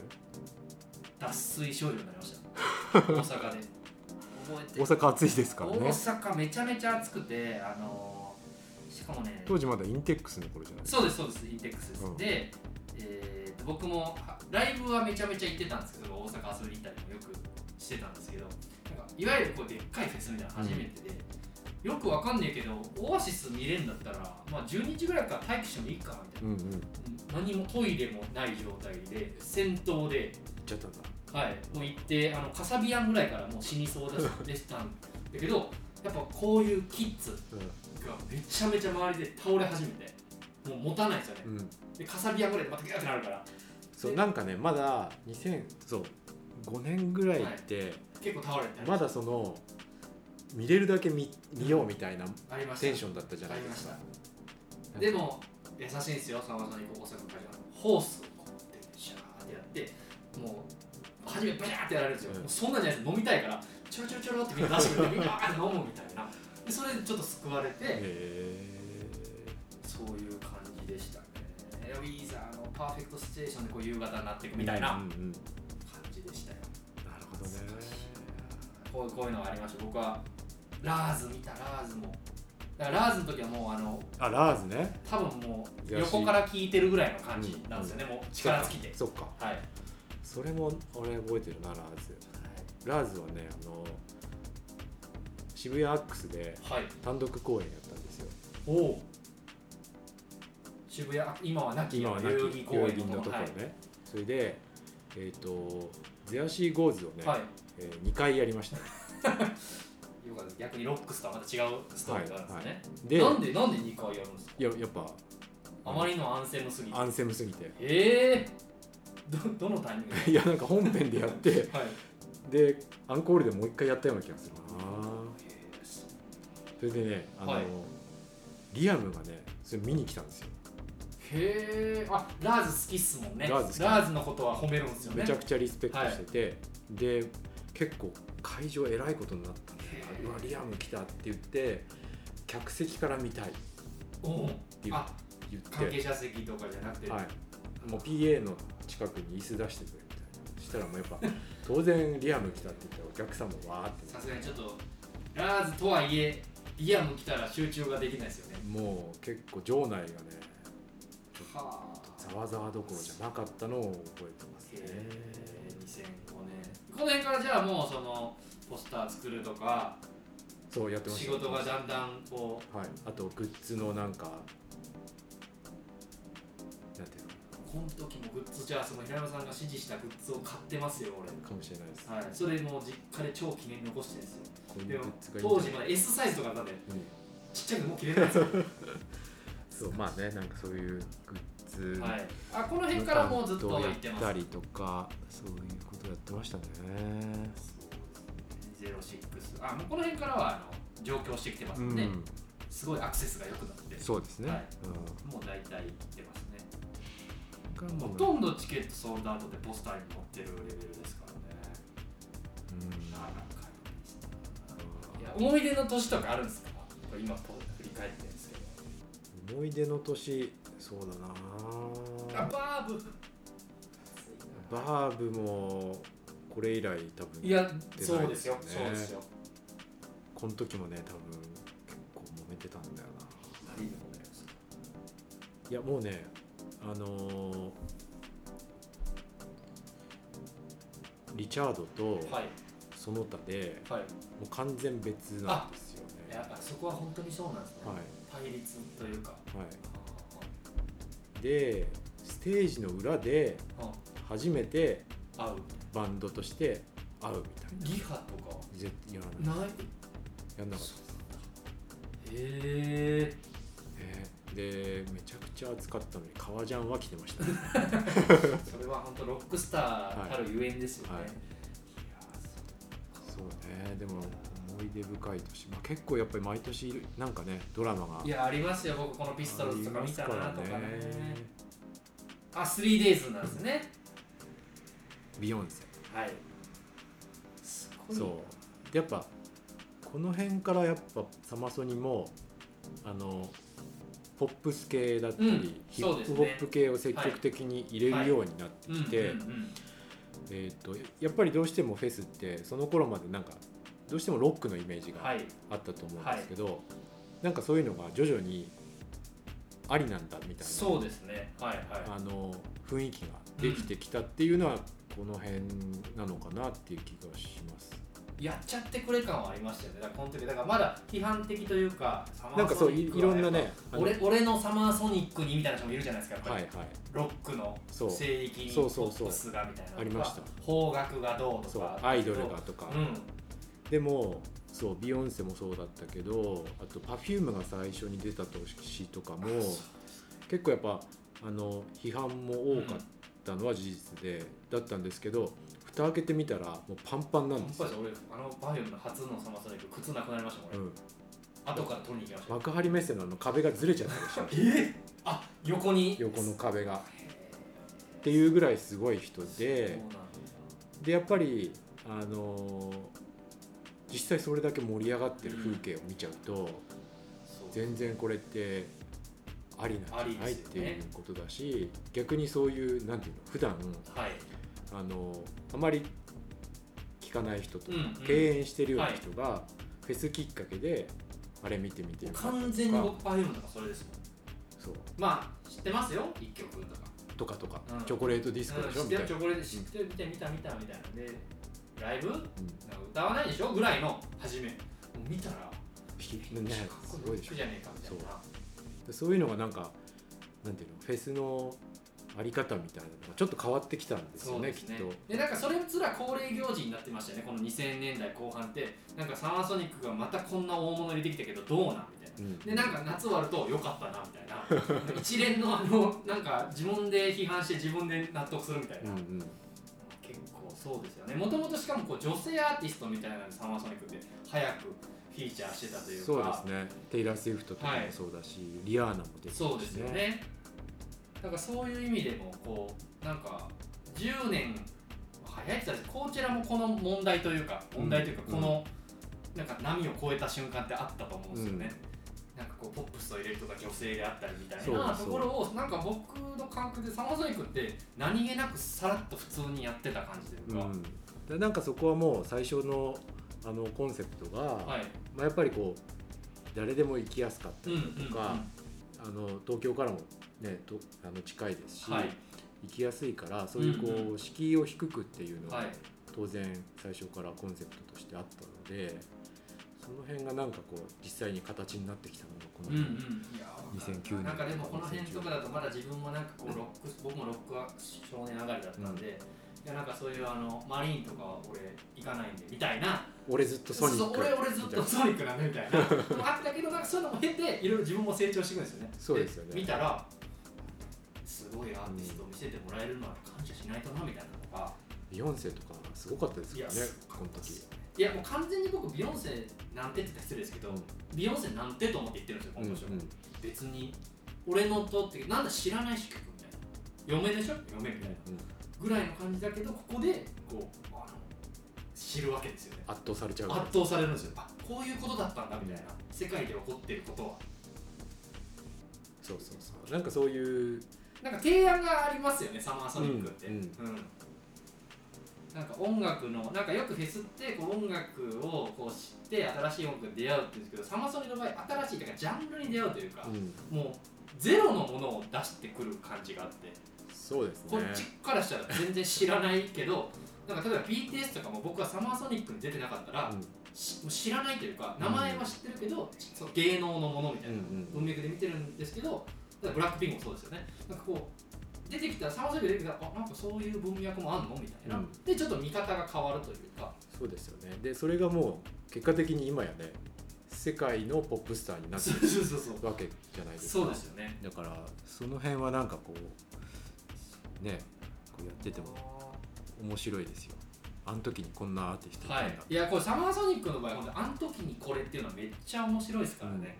Speaker 2: 脱水少女になりました大阪で覚えて
Speaker 3: 大
Speaker 2: る
Speaker 3: 阪暑いですから
Speaker 2: 大
Speaker 3: ね
Speaker 2: 阪めちゃめちゃ暑くてあのーしかもね
Speaker 3: 当時まだインテックスの頃じゃない
Speaker 2: そうですそうですインテックスです、
Speaker 3: うん
Speaker 2: で、えーと僕もはライブはめちゃめちゃ行ってたんですけど大阪遊びに行ったりもよくしてたんですけどなんかいわゆるこうでっかいフェスみたいなの初めてで、よくわかんねえけどオアシス見れるんだったら、まあ、12時ぐらいから待機してもいいかみたい
Speaker 3: うんうん行っ
Speaker 2: な、何もトイレもない状態で先頭で、
Speaker 3: ちゃったんだ
Speaker 2: はい、もう行ってあのカサビアンぐらいからもう死にそうだしでしたんだけどやっぱこういうキッズがめちゃめちゃ周りで倒れ始めてもう持たないですよね
Speaker 3: うん、うん、
Speaker 2: でカサビアンぐらいでまたギューってなるから
Speaker 3: そう
Speaker 2: で
Speaker 3: なんかねまだ2000そう5年ぐらいって、
Speaker 2: 結構倒れて
Speaker 3: まだその見れるだけ見見ようみたいな
Speaker 2: ありました
Speaker 3: テンションだったじゃ
Speaker 2: あ
Speaker 3: ない
Speaker 2: り
Speaker 3: で
Speaker 2: ますし
Speaker 3: か。
Speaker 2: たでも優しいんですよさんまさんにこう大阪の会場のホースをこうやってシャーってやってもう初めバシャーってやられるんですよ、
Speaker 3: うん
Speaker 2: もうそんなんじゃないです飲みたいからちょろちょろちょろってみんな出してくれてみんなあーって飲むみたいなでそれでちょっと救われて、
Speaker 3: へ
Speaker 2: そういう感じでしたねウィーザーのパーフェクトステーションでこう夕方になっていく
Speaker 3: ー
Speaker 2: みたいな
Speaker 3: う
Speaker 2: 感
Speaker 3: んうんうんなる
Speaker 2: じでしたよ
Speaker 3: ほどね。
Speaker 2: こうこういうのがありました僕はラーズ見たラーズもだからラーズの時はもうあの
Speaker 3: あラーズね。
Speaker 2: 多分もう横から聞いてるぐらいの感じなんですよね、もう力尽きて
Speaker 3: そっか。
Speaker 2: はい、はい、
Speaker 3: それも俺覚えてるなラーズ。ラーズはねあの渋谷アックスで
Speaker 2: はい、
Speaker 3: 単独公演やったんですよ。
Speaker 2: おお渋谷あ今はなき
Speaker 3: 今はなき
Speaker 2: 代々木公園
Speaker 3: 代々木の
Speaker 2: のと
Speaker 3: とこ
Speaker 2: こ
Speaker 3: ろ
Speaker 2: ろ、
Speaker 3: ね
Speaker 2: はい。
Speaker 3: それでえっ、とゼアシーゴーズをね、
Speaker 2: はい
Speaker 3: えー、2回やりました。
Speaker 2: よかった逆にロックスとはまた違うストーリーがあるんですね、
Speaker 3: でい
Speaker 2: なんでなんで2回やるんですか
Speaker 3: ややっぱ
Speaker 2: あまりのアンセムすぎて
Speaker 3: アンセムすぎて。
Speaker 2: ええー、どどのタイミング
Speaker 3: いやなんか本編でやって (laughs)
Speaker 2: で、はい
Speaker 3: でアンコールでもう一回やったような気がするな
Speaker 2: えーそう
Speaker 3: それでねあの、
Speaker 2: はい
Speaker 3: リアムがねそれ見に来たんですよ
Speaker 2: へえあラーズ好きっすもんね
Speaker 3: ラーズ好き
Speaker 2: のことは褒めるんですよね
Speaker 3: めちゃくちゃリスペクトしてて、で結構会場えらいことになったんで
Speaker 2: へー
Speaker 3: うわリアム来たって言って客席から見たいって
Speaker 2: おう
Speaker 3: 言
Speaker 2: あ
Speaker 3: 言って
Speaker 2: 関係者席とかじゃなくて、
Speaker 3: はい、もう PA の近くに椅子出してくれみたいなそしたらもうやっぱ
Speaker 2: (laughs)
Speaker 3: 当然リアム来たって言ったらお客さんもわーってな
Speaker 2: さ
Speaker 3: っ
Speaker 2: すがにちょっとラーズとはいえリアム来たら集中ができないですよね
Speaker 3: てもう結構場内がね
Speaker 2: は
Speaker 3: ざわざわどころじゃなかったのを覚えてます
Speaker 2: へ
Speaker 3: ね
Speaker 2: え2005年この辺からじゃあもうそのポスター作るとか
Speaker 3: そうやってまし
Speaker 2: 仕
Speaker 3: た
Speaker 2: 事がだんだんこ
Speaker 3: はい、あとグッズのなんかなんていう
Speaker 2: うこの時もグッズじゃあその平山さんが指示したグッズを買ってますよ俺
Speaker 3: のかもしれないです、
Speaker 2: はい、それもう実家で超記念に残してるんですよ。
Speaker 3: こうい
Speaker 2: で
Speaker 3: う
Speaker 2: も
Speaker 3: グッズがいい
Speaker 2: 当
Speaker 3: んじ
Speaker 2: 時
Speaker 3: ゃ
Speaker 2: ま
Speaker 3: ない
Speaker 2: だ S サイズとかだったんで、
Speaker 3: うん
Speaker 2: ちっちゃくてもう着れないんですよ。
Speaker 3: そうまあねなんかそういうグッズ
Speaker 2: はい、あこの辺からもうずっと行って
Speaker 3: や
Speaker 2: ま
Speaker 3: っ
Speaker 2: す
Speaker 3: たりとかそういうことやってましたね
Speaker 2: ゼロシックスあもうこの辺からはあの上京してきてます
Speaker 3: うん
Speaker 2: ね、すごいアクセスが良くなって
Speaker 3: そうですね、
Speaker 2: はい
Speaker 3: うん
Speaker 2: もう大体行ってますね
Speaker 3: これは
Speaker 2: ほ
Speaker 3: もう
Speaker 2: とんどチケットソールドアウトでポスターに載ってるレベルですからね
Speaker 3: うん
Speaker 2: なかなかいや思い出の年とかあるんですかこれ今こう振り返ってるんですけど
Speaker 3: 思い出の年そうだ
Speaker 2: あ
Speaker 3: な
Speaker 2: バーブ
Speaker 3: バーブもこれ以来多分
Speaker 2: いや
Speaker 3: ですね
Speaker 2: そうですよそうですよ
Speaker 3: この時もね多分結構揉めてたんだよな
Speaker 2: 何でございます
Speaker 3: いやもうねあのーリチャードと
Speaker 2: はい
Speaker 3: その他で
Speaker 2: はい
Speaker 3: もう完全別なんですよ
Speaker 2: い
Speaker 3: ね
Speaker 2: やそこは本当にそうなんですね、
Speaker 3: はい
Speaker 2: 対立というか
Speaker 3: は
Speaker 2: あ
Speaker 3: いでステージの裏で
Speaker 2: ーあ
Speaker 3: 初めて
Speaker 2: ー合う
Speaker 3: バンドとして会うみたいな
Speaker 2: リハとかは
Speaker 3: 絶対やらな
Speaker 2: な
Speaker 3: い
Speaker 2: い
Speaker 3: やんなかっ
Speaker 2: そうへえ
Speaker 3: たねでめちゃくちゃ暑かったのに革ジャンは着てまし
Speaker 2: (laughs)
Speaker 3: たね
Speaker 2: それは本当ロックスターたるゆえんですよね、
Speaker 3: はい
Speaker 2: い
Speaker 3: はい
Speaker 2: や
Speaker 3: そうねでも思い出深い年、まあ、結構やっぱり毎年なんかねドラマが
Speaker 2: いやありますよ僕このピストルズとか見たなとかね
Speaker 3: ありますからね
Speaker 2: あ 3days なんですね
Speaker 3: ビヨンセ
Speaker 2: はいすごいな
Speaker 3: そうでやっぱこの辺からやっぱサマソニもあのポップス系だったり、
Speaker 2: うん
Speaker 3: ヒ
Speaker 2: そう
Speaker 3: ッ
Speaker 2: で
Speaker 3: プ
Speaker 2: すね
Speaker 3: ホップ系を積極的に入れるようになって
Speaker 2: うん
Speaker 3: きて、
Speaker 2: うんうん
Speaker 3: えー、とやっぱりどうしてもフェスってその頃までなんかどうしてもロックのイメージ
Speaker 2: は
Speaker 3: が
Speaker 2: い
Speaker 3: あったと思うんですけど、なんかそういうのが徐々にありなんだみたいな
Speaker 2: そうですねはいは
Speaker 3: あの雰囲気ができてきたっていうのはこの辺なのかなっていう気がします。
Speaker 2: いやっちゃってくれ感はありましたよねだからこの時だからまだ批判的というかサマ
Speaker 3: なんか
Speaker 2: ーソ
Speaker 3: そう
Speaker 2: ニ
Speaker 3: い
Speaker 2: ッ
Speaker 3: い
Speaker 2: クは
Speaker 3: ろんな
Speaker 2: やっ
Speaker 3: ね
Speaker 2: ぱ俺俺のサマーソニックにみたいな人もいるじゃないですかやっぱり、
Speaker 3: あのはいはい
Speaker 2: ロックの
Speaker 3: そう
Speaker 2: 聖域にポ
Speaker 3: そうそう
Speaker 2: ッ
Speaker 3: そう
Speaker 2: プスがみたいなのとか
Speaker 3: ありました
Speaker 2: 邦楽がどうと
Speaker 3: そう
Speaker 2: か
Speaker 3: アイドルがとか、
Speaker 2: うん
Speaker 3: でもそうビヨンセもそうだったけどあと Perfume が最初に出た年とかも
Speaker 2: あそう
Speaker 3: 結構やっぱあの批判も多かったのは事実で、だったんですけど蓋開けてみたらもうパンパンなんですよ
Speaker 2: 本、当に俺あのバイオンの初のサマソニック靴なくなりましたもん、
Speaker 3: う
Speaker 2: 俺
Speaker 3: ん、
Speaker 2: 後から取りに行きました
Speaker 3: 幕張メッセのあの壁がずれちゃった
Speaker 2: (laughs)
Speaker 3: でしょ
Speaker 2: えあ横に
Speaker 3: 横の壁が。
Speaker 2: へー
Speaker 3: っていうぐらいすごい人
Speaker 2: そう
Speaker 3: で
Speaker 2: なんだ
Speaker 3: でやっぱりあのー実際それだけ盛り上がってる風景を見ちゃうと、
Speaker 2: そう
Speaker 3: 全然これってありなんじゃ
Speaker 2: あ
Speaker 3: な
Speaker 2: り
Speaker 3: い、
Speaker 2: で
Speaker 3: っ
Speaker 2: すよ
Speaker 3: て
Speaker 2: ね
Speaker 3: いうことだし逆にそういうなんていうの普段
Speaker 2: はい
Speaker 3: あのあまり聞かない人とか、
Speaker 2: うんうん
Speaker 3: 敬遠してるような人が、フェスきっかけであれ見てみてよかったとか
Speaker 2: 完全に僕バイオンとかそれですもん
Speaker 3: そう
Speaker 2: まあ知ってますよ一曲とか
Speaker 3: とかとか、
Speaker 2: うん
Speaker 3: チョコレートディスコでしょ、
Speaker 2: うん知って
Speaker 3: みたい
Speaker 2: る
Speaker 3: な
Speaker 2: チョコレート知ってる見て見た見たみたいなでライブなんか
Speaker 3: うん
Speaker 2: 歌わないでしょぐらいの初めもう見たら
Speaker 3: ひ
Speaker 2: めっ
Speaker 3: ね
Speaker 2: ちゃかっ
Speaker 3: す
Speaker 2: こ
Speaker 3: ご
Speaker 2: ロ
Speaker 3: い
Speaker 2: ッ
Speaker 3: でし
Speaker 2: ク
Speaker 3: ょ
Speaker 2: じゃねえかみたいな
Speaker 3: でそういうのがなんかなんていうのフェスのあり方みたいなのがちょっと変わってきたんですよねきっと。
Speaker 2: でなんかそれすら恒例行事になってましたよねこの2000年代後半ってなんかサマーソニックがまたこんな大物入れてきたけどどうなんみたいな
Speaker 3: うん
Speaker 2: でなんか夏終わると良かったなみたいな一連のあのなんか自分で批判して自分で納得するみたい
Speaker 3: うん
Speaker 2: な、
Speaker 3: うん
Speaker 2: 結構そうですよねもともとしかもこう女性アーティストみたいなのにサマーソニックって早くフィーチャーしてたというか
Speaker 3: そうですねテイラー・スウィフトとかもそうだし、リアーナも出てたし、
Speaker 2: そうですよね。なんかそういう意味でもこうなんか10年早いって言ったらこちらもこの問題というか
Speaker 3: うん
Speaker 2: 問題というか
Speaker 3: うん
Speaker 2: この、なんか波を越えた瞬間ってあったと思うんですよね。なんかこうポップスを入れるとか女性であったりみたいな
Speaker 3: そ
Speaker 2: と
Speaker 3: うそう
Speaker 2: ころをなんか僕の感覚でサマソニックって何気なくさらっと普通にやってた感じというか、
Speaker 3: うん、でなんかそこはもう最初のあのコンセプトが、
Speaker 2: はい、
Speaker 3: まあ、やっぱりこう誰でも行きやすかった
Speaker 2: うんう
Speaker 3: り
Speaker 2: ん
Speaker 3: とか、あの東京からも、ね、とあの近いですし、
Speaker 2: うん、はい
Speaker 3: 行きやすいからそういうこう、
Speaker 2: うん
Speaker 3: 敷居を低くっていうのは、
Speaker 2: はい
Speaker 3: 当然最初からコンセプトとしてあったのでその辺がなんかこう実際に形になってきたのがこの
Speaker 2: うんうん
Speaker 3: 辺、、
Speaker 2: いや
Speaker 3: 2009年
Speaker 2: なんかでもこの辺とかだとまだ自分もなんかこうロック僕もロックは少年上がりだったんで、いやなんかそういうあのマリーンとかは俺行かないんでみたいな
Speaker 3: 俺ずっとソニ
Speaker 2: そう
Speaker 3: ック
Speaker 2: 俺俺ずっとソニックなんだみたいなのがあったけどなんかそういうのも経ていろいろ自分も成長していくんですよね
Speaker 3: そうですよね
Speaker 2: 見たらすごいアーティストを見せてもらえるのは感謝しないとなみたいなのが
Speaker 3: ビヨンセとかすごかったです
Speaker 2: い
Speaker 3: よ
Speaker 2: や
Speaker 3: ね
Speaker 2: すごかっ
Speaker 3: この
Speaker 2: たです
Speaker 3: 時
Speaker 2: よねいやもう完全に僕ビヨンセなんてって言ったら失礼ですけど、
Speaker 3: うん
Speaker 2: ビヨンセなんてと思って言ってるんですよ
Speaker 3: う
Speaker 2: 今
Speaker 3: んう
Speaker 2: 年
Speaker 3: ん
Speaker 2: は、別に俺のとってなんだ知らないし曲みたいな嫁でしょ嫁みたいなぐらいの感じだけどここでこうあの知るわけですよね
Speaker 3: 圧倒されちゃう
Speaker 2: 圧倒されるんですよあこういうことだったんだみたいな世界で起こってることは
Speaker 3: そうそうそうなんかそういう
Speaker 2: なんか提案がありますよねサマーソニックって、
Speaker 3: うんうん
Speaker 2: なんか音楽のなんかよくフェスってこう音楽をこう知って新しい音楽に出会うって言うんですけどサマソニの場合新しいだからジャンルに出会うというか、
Speaker 3: うん
Speaker 2: もうゼロのものを出してくる感じがあって
Speaker 3: そうですね
Speaker 2: こっちからしたら全然知らないけど、なんか例えば BTS とかも僕はサマーソニックに出てなかったら、
Speaker 3: うん
Speaker 2: しもう知らないというか名前は知ってるけど、その芸能のものみたいな
Speaker 3: うんう
Speaker 2: 文
Speaker 3: ん
Speaker 2: 脈で見てるんですけどだからブラックピンクもそうですよねなんかこう出てきたらサマーソニック出てきたらあなんかそういう文脈もあんのみたいな、
Speaker 3: うん
Speaker 2: でちょっと見方が変わるというか
Speaker 3: そうですよねでそれがもう結果的に今やね世界のポップスターになって
Speaker 2: そうそうそうそう
Speaker 3: るわけじゃないですか
Speaker 2: そうですよね
Speaker 3: だからその辺はなんかこうねこうやってても面白いですよあの時にこんなアーティストいたん
Speaker 2: は
Speaker 3: だ、
Speaker 2: い、いやこれサマーソニックの場合本当あの時にこれっていうのはめっちゃ面白いですからね、
Speaker 3: うん
Speaker 2: いや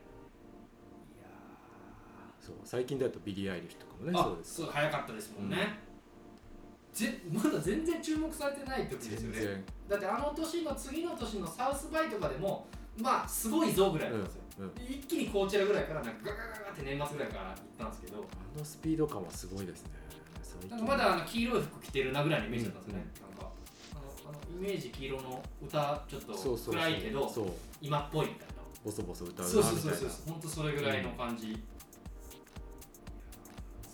Speaker 2: ー
Speaker 3: そう最近だとビリー・アイリッシュとかもね
Speaker 2: あ
Speaker 3: そうです
Speaker 2: そう早かったですもんね、ぜまだ全然注目されてない時ですよ
Speaker 3: 全
Speaker 2: ね
Speaker 3: 然
Speaker 2: だってあの年の次の年のサウスバイとかでもまあすごいぞぐらいなんですよ、
Speaker 3: うんうん
Speaker 2: 一気にこちらぐらいからなんかガガガガって年末ぐらいから行ったんですけど
Speaker 3: あのスピード感はすごいですね最
Speaker 2: な
Speaker 3: 近
Speaker 2: んかまだあの黄色い服着てるなぐらいのイメージだったんですよね、なんかあのあのイメージ黄色の歌ちょっ
Speaker 3: そう
Speaker 2: と
Speaker 3: そうそう
Speaker 2: 暗いけど
Speaker 3: そう
Speaker 2: 今っぽいみたいな
Speaker 3: ボソボソ歌うなみたいな
Speaker 2: そうそうそうそう本当それぐらいの感じ、いやー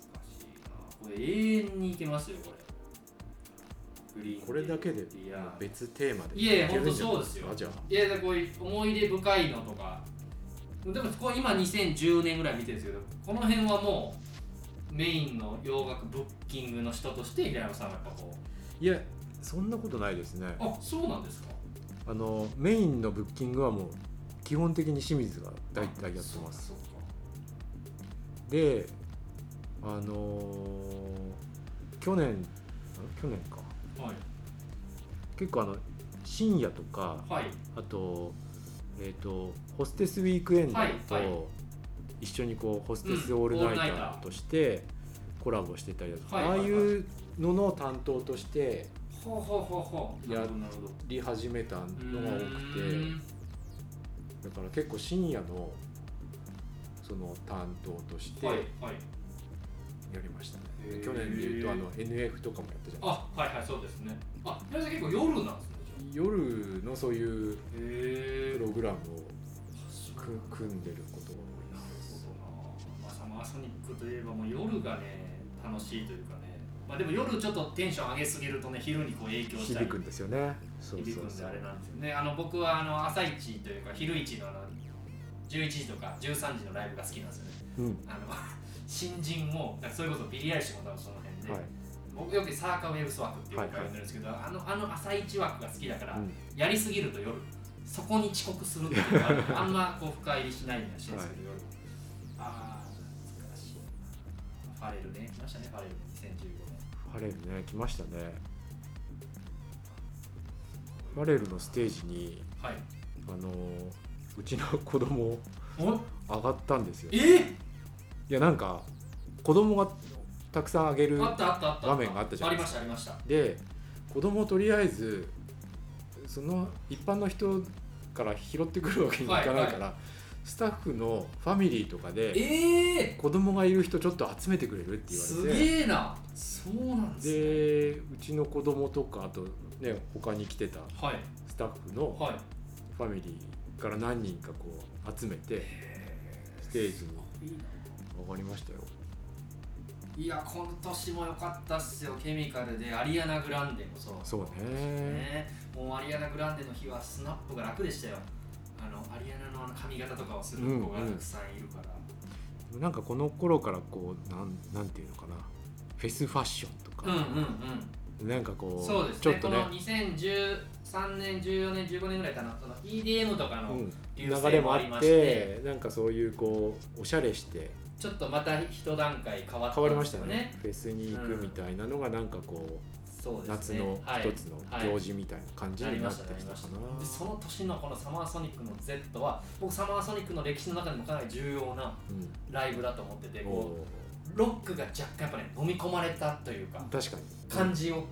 Speaker 2: 懐かしいなこれ永遠にいけますよこれグリーンデー
Speaker 3: これだけでも
Speaker 2: いや
Speaker 3: う別テーマで
Speaker 2: いやいや
Speaker 3: いけるんじゃない
Speaker 2: ほんとそうですよ
Speaker 3: じゃあ
Speaker 2: いやだからこういう思い出深いのとかでもこれ今2010年ぐらい見てるんですけどこの辺はもうメインの洋楽ブッキングの人として平山さんはやっぱこう
Speaker 3: いやそんなことないですね
Speaker 2: あそうなんですか
Speaker 3: あのメインのブッキングはもう基本的に清水が大体やってます
Speaker 2: そうか
Speaker 3: であのー去年ん去年か
Speaker 2: そうかはい
Speaker 3: 結構あの深夜とか
Speaker 2: はい
Speaker 3: あと,、えー、とホステスウィークエンド
Speaker 2: はいは
Speaker 3: と一緒にこうホステス
Speaker 2: うん
Speaker 3: オールナ
Speaker 2: オー
Speaker 3: イタ
Speaker 2: ルナイタ
Speaker 3: ー
Speaker 2: ー
Speaker 3: としてコラボしてたりだとか、
Speaker 2: はいはいはい
Speaker 3: ああいうのの担当として
Speaker 2: ほうほうほうほう
Speaker 3: いや
Speaker 2: なるほどなるほど
Speaker 3: り始めたのが多
Speaker 2: うー
Speaker 3: く
Speaker 2: ん
Speaker 3: てだから結構深夜のその担当としてや
Speaker 2: はいはい
Speaker 3: りましたね、
Speaker 2: へー
Speaker 3: 去年でいうとあの NF とかもやったじゃない
Speaker 2: あはいはいそうですねあ平井さん結構夜なんですねじゃ
Speaker 3: 夜のそういう
Speaker 2: あへ
Speaker 3: プ
Speaker 2: え
Speaker 3: ログラムを
Speaker 2: そう
Speaker 3: く組んでることが多い
Speaker 2: な
Speaker 3: で
Speaker 2: る
Speaker 3: す
Speaker 2: ほどな、まあ、サマーソニックといえばもう夜がね楽しいというかねまあでも夜ちょっとテンション上げすぎるとね昼にこう影響した
Speaker 3: 響
Speaker 2: り
Speaker 3: くんですよねそう
Speaker 2: 響く
Speaker 3: そうん
Speaker 2: で
Speaker 3: そう
Speaker 2: あれなんですよねあの僕はあの朝一というか昼一のあの11時とか13時のライブが好きなんですよね
Speaker 3: うん
Speaker 2: あの (laughs) 新人もだからそれこそビリー・アイリッシュも多分その辺で、
Speaker 3: はい
Speaker 2: 僕よくサーカーウェブス枠っていう
Speaker 3: はい
Speaker 2: 僕が呼んでるんですけど、あのあの朝一枠が好きだから、
Speaker 3: うん
Speaker 2: やりすぎると夜そこに遅刻するっていうのがあるあんまこう深入りしないようにはしてるんですけど、夜ああ懐かしいファレルね来ましたねファレル2015年
Speaker 3: ファレルね来ましたねファレルのステージに
Speaker 2: はい
Speaker 3: あのーうちの子供
Speaker 2: お
Speaker 3: 上がったんですよい
Speaker 2: え
Speaker 3: やなんか子供がたくさん上げる
Speaker 2: あったあったあった
Speaker 3: 画面があったじゃない
Speaker 2: あり
Speaker 3: で
Speaker 2: ますしたありました
Speaker 3: で子供をとりあえずその一般の人から拾ってくるわけにいかないから、
Speaker 2: はい
Speaker 3: スタッフのファミリーとかで
Speaker 2: ええ
Speaker 3: 子供がいる人ちょっと集めてくれるって
Speaker 2: ー、
Speaker 3: 言われて
Speaker 2: すげえなそうなんですね
Speaker 3: でうちの子供とかあとね他に来てた
Speaker 2: はい
Speaker 3: スタッフの
Speaker 2: はい
Speaker 3: ファミリーから何人かこう集めてステージに
Speaker 2: いいない
Speaker 3: 上がりましたよ
Speaker 2: いやこの年も良かったっすよケミカルでアリアナ・グランデもそう
Speaker 3: そうね
Speaker 2: ねもうアリアナ・グランデの日はスナップが楽でしたよあのアリアナのあの髪型とかをする子がたくさんいるから、
Speaker 3: なんかこの頃からこうなんなんていうのかなフェスファッションとか、
Speaker 2: うんうんうん
Speaker 3: なんかこう
Speaker 2: そうです
Speaker 3: ちょっ
Speaker 2: ね
Speaker 3: と
Speaker 2: こ
Speaker 3: ね
Speaker 2: の2013年14年15年ぐらいかなその EDM とか
Speaker 3: う
Speaker 2: の
Speaker 3: ん
Speaker 2: 流
Speaker 3: 流
Speaker 2: 星
Speaker 3: れ
Speaker 2: も
Speaker 3: も
Speaker 2: あ
Speaker 3: あ
Speaker 2: りま
Speaker 3: っ
Speaker 2: して、
Speaker 3: てなんかそういうこうおしゃれして
Speaker 2: ちょっとまた一段階変わった
Speaker 3: 変わりました
Speaker 2: よ
Speaker 3: ねフェスに行くみたいなのがなんかこう、
Speaker 2: そうです
Speaker 3: 夏
Speaker 2: ね
Speaker 3: の
Speaker 2: はい
Speaker 3: 一つの
Speaker 2: はい
Speaker 3: 行事みたいな感じ
Speaker 2: なり
Speaker 3: にな
Speaker 2: ま
Speaker 3: っ
Speaker 2: してたな
Speaker 3: き
Speaker 2: り
Speaker 3: た
Speaker 2: まし
Speaker 3: か
Speaker 2: た
Speaker 3: な、
Speaker 2: でその年のこのサマーソニックの Z は僕サマーソニックの歴史の中でもかなり重要な
Speaker 3: うん
Speaker 2: ライブだと思っててこ
Speaker 3: お
Speaker 2: うロックが若干やっぱね飲み込まれたというか
Speaker 3: ー確かに
Speaker 2: 感じを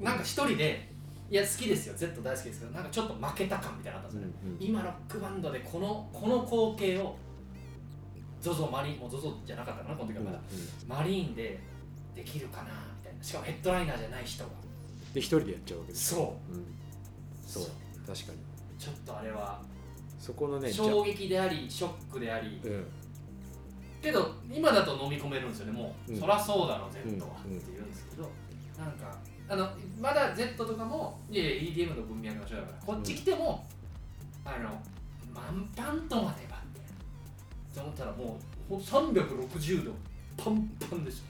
Speaker 2: なんか一人でいや好きですよ Z 大好きですけどなんかちょっと負けた感みたいなのあったん
Speaker 3: う
Speaker 2: ですよ
Speaker 3: ん
Speaker 2: ね、
Speaker 3: うん
Speaker 2: 今ロックバンドでこのこの光景を ZOZO マリンもう ZOZO じゃなかったかなこの時はまだ、
Speaker 3: う
Speaker 2: マリーンでできるかなみたいなしかもヘッドライナーじゃない人が
Speaker 3: んで一人でやっちゃうわけです
Speaker 2: そ
Speaker 3: うんそう確かに
Speaker 2: ちょっとあれは
Speaker 3: そこのねじゃ
Speaker 2: 衝撃でありショックであり
Speaker 3: うん
Speaker 2: けど今だと飲み込めるんですよねもう、
Speaker 3: うん
Speaker 2: そらそうだろ Z は、
Speaker 3: うんうん
Speaker 2: って言うんですけどなんかあのまだ Z とかもいやいや EDM の文脈の人だからこっち来ても、あの満パンとまではみたいなと思ったらもうほ360度パンパンでし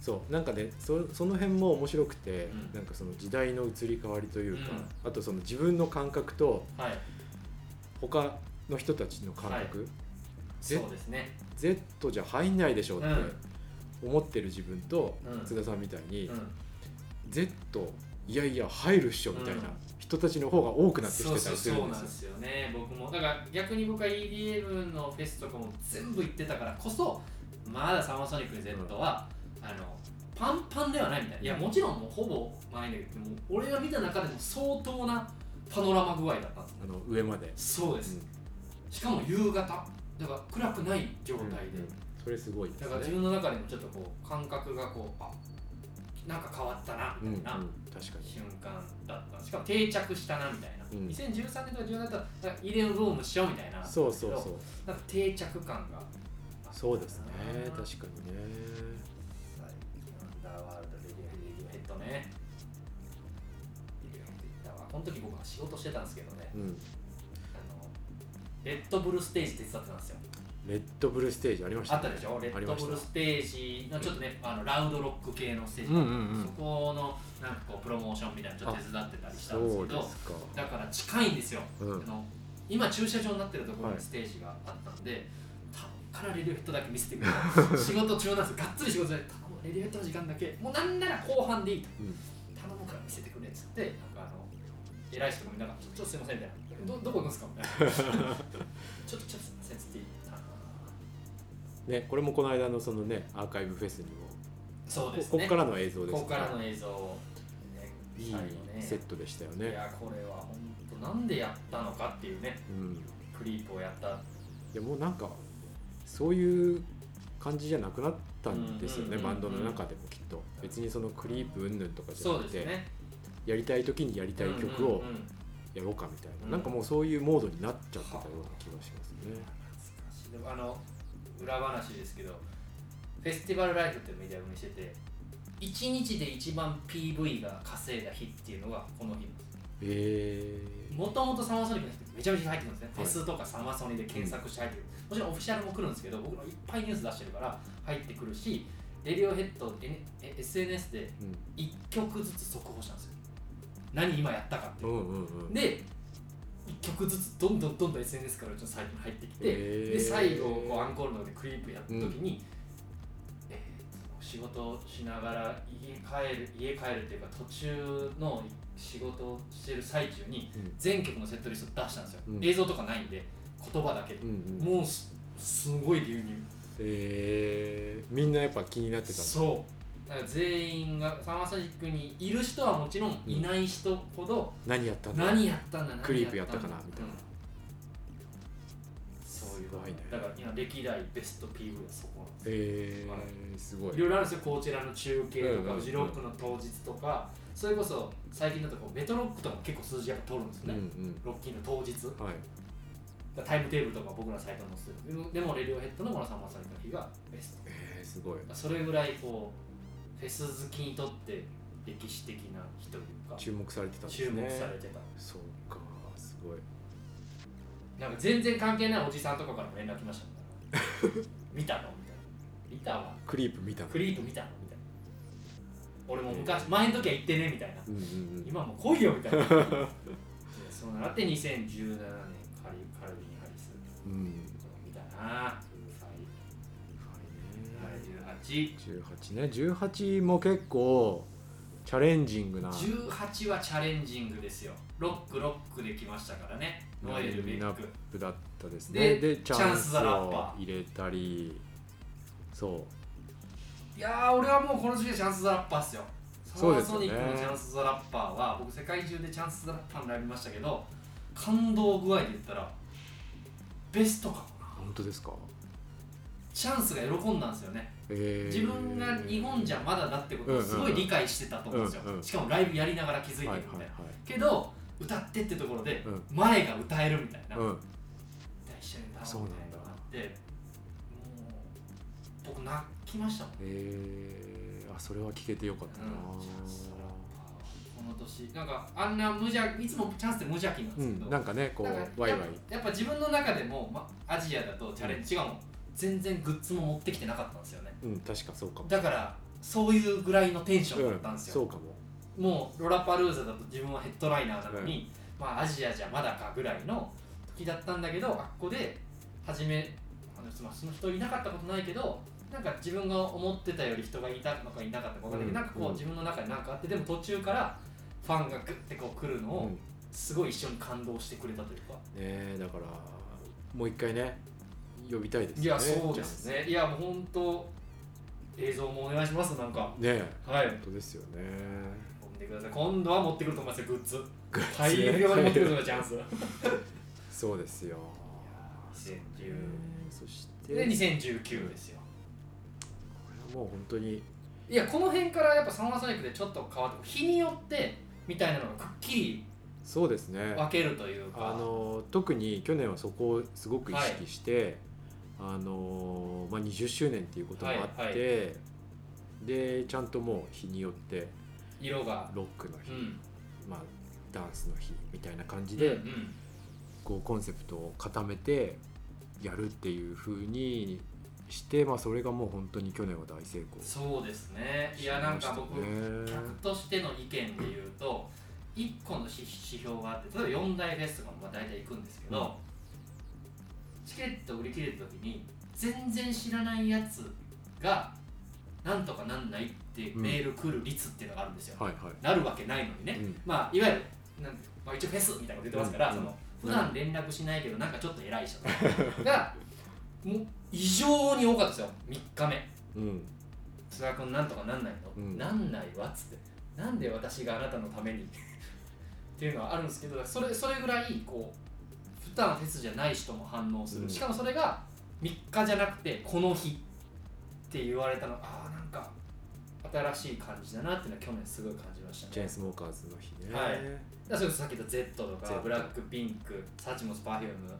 Speaker 3: そうなんかねそその辺も面白くて、
Speaker 2: うん
Speaker 3: なんかその時代の移り変わりというか、
Speaker 2: う
Speaker 3: あとその自分の感覚と
Speaker 2: たはい
Speaker 3: 他の人たちの感覚、ぜ
Speaker 2: そうですね
Speaker 3: Z じゃ入んないでしょうって思ってる自分と、
Speaker 2: うん
Speaker 3: 津田さんみたいに、
Speaker 2: うん
Speaker 3: Z いやいや入るっしょみたいな
Speaker 2: うん
Speaker 3: 人たちの方が多くなってきてたり
Speaker 2: そう
Speaker 3: す
Speaker 2: そう
Speaker 3: る
Speaker 2: そうん
Speaker 3: で
Speaker 2: な
Speaker 3: す
Speaker 2: ん
Speaker 3: よ
Speaker 2: で。すよね僕もだから逆に僕は EDM のフェスとかも全部行ってたからこそまだサマーソニック Z は、あのパンパンではないみたいないやもちろんもうほぼ満員だけどでも俺が見た中でも相当なパノラマ具合だったんで
Speaker 3: あの上まで、
Speaker 2: すそうです、しかも夕方だから暗くない状態で、
Speaker 3: うんそれすごいです
Speaker 2: だから自
Speaker 3: ね。
Speaker 2: 分の中でもちょっとこう感覚がこうあなんか変わったな
Speaker 3: うん
Speaker 2: み
Speaker 3: う
Speaker 2: た
Speaker 3: ん、
Speaker 2: いな、
Speaker 3: 確かに。
Speaker 2: 瞬間だったしかも定着したなみたいな、
Speaker 3: うん
Speaker 2: 2013年とか17年とかなんかイデンブームしようみたいな
Speaker 3: そうそう
Speaker 2: け
Speaker 3: そ
Speaker 2: ど
Speaker 3: う。
Speaker 2: なんか定着感が
Speaker 3: そうですね。確
Speaker 2: か
Speaker 3: かにね。
Speaker 2: アンダーワールドレディオレディオヘッドねレディオヘッド行ったわこの時僕は仕事してたんですけどね
Speaker 3: うん。
Speaker 2: あのレッドブルステージ手伝ってたんですよ
Speaker 3: レッドブルステージありました、
Speaker 2: あったでしょレ
Speaker 3: あ
Speaker 2: ッ
Speaker 3: り
Speaker 2: ド
Speaker 3: まし
Speaker 2: ブル
Speaker 3: た
Speaker 2: ス。テージのちょっとねあのラウドロック系のステージ、
Speaker 3: うんうんうん
Speaker 2: そこのなんかこうプロモーションみたいなのちょっと手伝ってたりしたんです
Speaker 3: そう
Speaker 2: け
Speaker 3: で
Speaker 2: ど
Speaker 3: すか。
Speaker 2: だから近いんですよ
Speaker 3: うん
Speaker 2: あ。の今駐車場になってるところ
Speaker 3: は
Speaker 2: に
Speaker 3: い
Speaker 2: ステージがあったんで、たからレディオヘッドだけ見せてくれ
Speaker 3: (laughs)
Speaker 2: た仕事中なんですよがっつり仕事で頼むレディオヘッドの時間だけもうなんなら後半でいいと
Speaker 3: うん
Speaker 2: 頼むから見せてくれっつってなんかあの偉い人もみんなが「ちょちょっとすいません」みたいな「どどこ行くんですか?」みた
Speaker 3: (laughs)
Speaker 2: いな「ちょっとちょっとすいません」っつって頼む
Speaker 3: ね、これもこの間のそのね、アーカイブフェスにも。
Speaker 2: そうです
Speaker 3: こ
Speaker 2: ね
Speaker 3: こからの映像です、
Speaker 2: ここからの映像を、ね、
Speaker 3: いい
Speaker 2: 最後
Speaker 3: セットでしたよ
Speaker 2: ねい
Speaker 3: ね。
Speaker 2: やこれは本当なんでやったのかっていうね
Speaker 3: うん。
Speaker 2: クリープをやった
Speaker 3: いやもうなんかそういう感じじゃなくなったんですよね、
Speaker 2: うんうんうん
Speaker 3: バ
Speaker 2: うん
Speaker 3: ンドの中でもきっと別にそのクリープ云々とかじゃ
Speaker 2: そう
Speaker 3: なく
Speaker 2: です
Speaker 3: て、
Speaker 2: ね
Speaker 3: やりたい時にやりたい曲
Speaker 2: う
Speaker 3: を
Speaker 2: んうんうん
Speaker 3: やろうかみたいな、
Speaker 2: うん
Speaker 3: なんかもうそういうモードになっちゃってたような気がしますね。
Speaker 2: でもあの裏話ですけどフェスティバルライフっていうメディアを見せて1日で一番 PV が稼いだ日っていうのがこの日
Speaker 3: えー、
Speaker 2: もともとサマソニックの人ってめちゃめちゃ入ってくるんですね、
Speaker 3: はい
Speaker 2: フェスとかサマソニで検索して入ってくる、もちろんオフィシャルも来るんですけど僕のいっぱいニュース出してるから入ってくるしレディオヘッド N- え SNS で
Speaker 3: う
Speaker 2: 1曲ずつ速報したんですよ何今やったかってい
Speaker 3: ん、
Speaker 2: う、
Speaker 3: うんうんうん
Speaker 2: で1曲ずつどんどんどんどん SNS からうちのサイトに入ってきて、
Speaker 3: えー
Speaker 2: で最後こうアンコールのでクリープやった時に、えー仕事しながら家帰る家帰るっていうか途中の仕事をしてる最中に
Speaker 3: うん
Speaker 2: 全曲のセットリスト出したんですよ、
Speaker 3: うん
Speaker 2: 映像とかないんで言葉だけで
Speaker 3: う、んうん
Speaker 2: もうすすごい流入
Speaker 3: えー、みんなやっぱ気になってたんだ
Speaker 2: そうだから全員がサマーソニックにいる人はもちろんいない人ほど、
Speaker 3: 何やったんだ
Speaker 2: 何やったんだ何んだ
Speaker 3: クリープやったかなみたいな
Speaker 2: うんそういうこと
Speaker 3: すごいね
Speaker 2: だから今歴代ベスト PV はそこなんです
Speaker 3: え
Speaker 2: は
Speaker 3: ー、すごい
Speaker 2: いろいろあるんですよ、こちらの中継
Speaker 3: うん
Speaker 2: と
Speaker 3: うんう
Speaker 2: か、
Speaker 3: ん
Speaker 2: フジロックの当日とか、それこそ最近だとこうメトロックとかも結構数字やっぱ取るんです
Speaker 3: うん
Speaker 2: ね、ロッキーの当日、だか
Speaker 3: うんはい
Speaker 2: らタイムテーブルとか僕らのサイトに載せてる、でもレディオヘッドのモラさんまさの日がベスト
Speaker 3: えー、すごい、
Speaker 2: それぐらいこう、フェス好きにとって歴史的な日というか、
Speaker 3: 注目されてたんですね
Speaker 2: 注目されてた。
Speaker 3: そうかすごい
Speaker 2: なんか全然関係ないおじさんとかからも連絡来ましたも (laughs) ん見たのみたいな。見たわ。
Speaker 3: クリープ見たの
Speaker 2: クリープ見たのみたい俺も昔前の時は行ってねみたいな
Speaker 3: うんうん
Speaker 2: 今も来いよみたいなでそうなって2017年カリカルビン・ハリス
Speaker 3: うんうん
Speaker 2: 見たなフー
Speaker 3: 18ね18も結構チャレンジングな
Speaker 2: ファイ18 18はチャレンジングですよロックロックできましたからねノエル・ベッ
Speaker 3: ラッ
Speaker 2: ク
Speaker 3: プだったですね
Speaker 2: で
Speaker 3: で
Speaker 2: チ
Speaker 3: チ
Speaker 2: ャ
Speaker 3: ャ
Speaker 2: ン
Speaker 3: ン
Speaker 2: ス
Speaker 3: ス
Speaker 2: ザラッパ
Speaker 3: を入れたりそ
Speaker 2: いやー俺はもうこの時期はチャンス・ザ・ラッパーっすよサ
Speaker 3: そう
Speaker 2: マ
Speaker 3: で
Speaker 2: ー
Speaker 3: す
Speaker 2: ソ
Speaker 3: よね
Speaker 2: ニックのチャンス・ザ・ラッパーは僕世界中でチャンス・ザ・ラッパーのライブ見ましたけど感動具合で言ったらベストかも
Speaker 3: う
Speaker 2: な
Speaker 3: 本当ですか
Speaker 2: チャンスが喜んだんですよね
Speaker 3: えー
Speaker 2: 自分が日本じゃまだだってことをすごい理解してたと思うんですよ、
Speaker 3: うんうん
Speaker 2: しかもライブやりながら気づいてるみた
Speaker 3: はいい
Speaker 2: な、
Speaker 3: はいはい
Speaker 2: けど歌ってってところで
Speaker 3: うん
Speaker 2: 前が歌えるみたいな、
Speaker 3: うん
Speaker 2: 一緒に歌
Speaker 3: そ
Speaker 2: お
Speaker 3: う
Speaker 2: う
Speaker 3: な
Speaker 2: み
Speaker 3: ん
Speaker 2: たいな
Speaker 3: だ
Speaker 2: のがあってもう僕泣きましたもん
Speaker 3: えー、あそれは聞けてよかったな
Speaker 2: うんチャンスだなこの年なんかあんな無邪いつもチャンスって無邪気なんで
Speaker 3: う
Speaker 2: すけど、
Speaker 3: ん、なんかねこ
Speaker 2: なん
Speaker 3: う
Speaker 2: か
Speaker 3: ワイ
Speaker 2: やっ
Speaker 3: ワイ
Speaker 2: ぱやっぱ自分の中でも、ま、アジアだとチャレンジ、違うもん全然グッズも持ってきてなかったんですよね
Speaker 3: うん確かそうかも
Speaker 2: だからそういうぐらいのテンションだったん
Speaker 3: う
Speaker 2: ですよ、
Speaker 3: そうかも
Speaker 2: もうロラパルーザだと自分はヘッドライナーなのに、まあアジアじゃまだかぐらいの時だったんだけどあっこで初めあのまあその人いなかったことないけどなんか自分が思ってたより人がいたのかいなかったのか分かんないけど、
Speaker 3: うん
Speaker 2: なんかこう
Speaker 3: うん
Speaker 2: 自分の中に何かあってでも途中からファンがグッてこう来るの
Speaker 3: う
Speaker 2: を
Speaker 3: ん
Speaker 2: すごい一緒に感動してくれたというか、
Speaker 3: ねえだからもう一回ね呼びたいですね
Speaker 2: いやそうですねいやもう本当映像もお願いしますなんか
Speaker 3: ねえ
Speaker 2: はい
Speaker 3: 本当ですよね
Speaker 2: 持ってください今度は持ってくると思いますよグッズ
Speaker 3: グッズ
Speaker 2: 大量に持ってくると思いますチャンス
Speaker 3: そうですよ
Speaker 2: 2010
Speaker 3: そして
Speaker 2: で2019ですよ
Speaker 3: これはもう本当に
Speaker 2: いやこの辺からやっぱサンマソニックでちょっと変わって日によってみたいなのがくっきり
Speaker 3: そうですね
Speaker 2: 分けるというか
Speaker 3: あの特に去年はそこをすごく意識して、あのまあ、20周年っていうこともあって、
Speaker 2: はいはい
Speaker 3: でちゃんともう日によって
Speaker 2: 色が
Speaker 3: ロックの日、
Speaker 2: うん
Speaker 3: まあ、ダンスの日みたいな感じで、
Speaker 2: うん
Speaker 3: こうコンセプトを固めてやるっていう風にして、まあ、それがもう本当に去年は大成功
Speaker 2: そうですねいやなんか僕、
Speaker 3: ね
Speaker 2: 客としての意見で言うと1個の指指標があって例えば4大フェスとかもまあ大体行くんですけど、チケット売り切れた時に全然知らないやつがなんとかなんないってメール来る率っていうのがあるんですよ、
Speaker 3: はいは
Speaker 2: なるわけないのにね
Speaker 3: い、うん
Speaker 2: まあ、いわゆるなんてまあ、一応フェスみたいなこと言ってますから、
Speaker 3: うん
Speaker 2: その普段連絡しないけどなんかちょっと偉い人とか
Speaker 3: (laughs)
Speaker 2: がもう異常に多かったですよ3日目
Speaker 3: うん
Speaker 2: 津田君なんとかなんないの、
Speaker 3: うん
Speaker 2: なんないわっつってなんで私があなたのために (laughs) っていうのはあるんですけどそれそれぐらいこう普段フェスじゃない人も反応する、
Speaker 3: うん
Speaker 2: しかもそれが3日じゃなくてこの日って言われたのああなんか新しい感じだなっていうのは去年すごい感じましたね
Speaker 3: チェーンスモーカーズの日ね、
Speaker 2: はい
Speaker 3: い、
Speaker 2: だからそれこそさっき言った Z とか
Speaker 3: Z
Speaker 2: ブラックピンクサチモスパフューム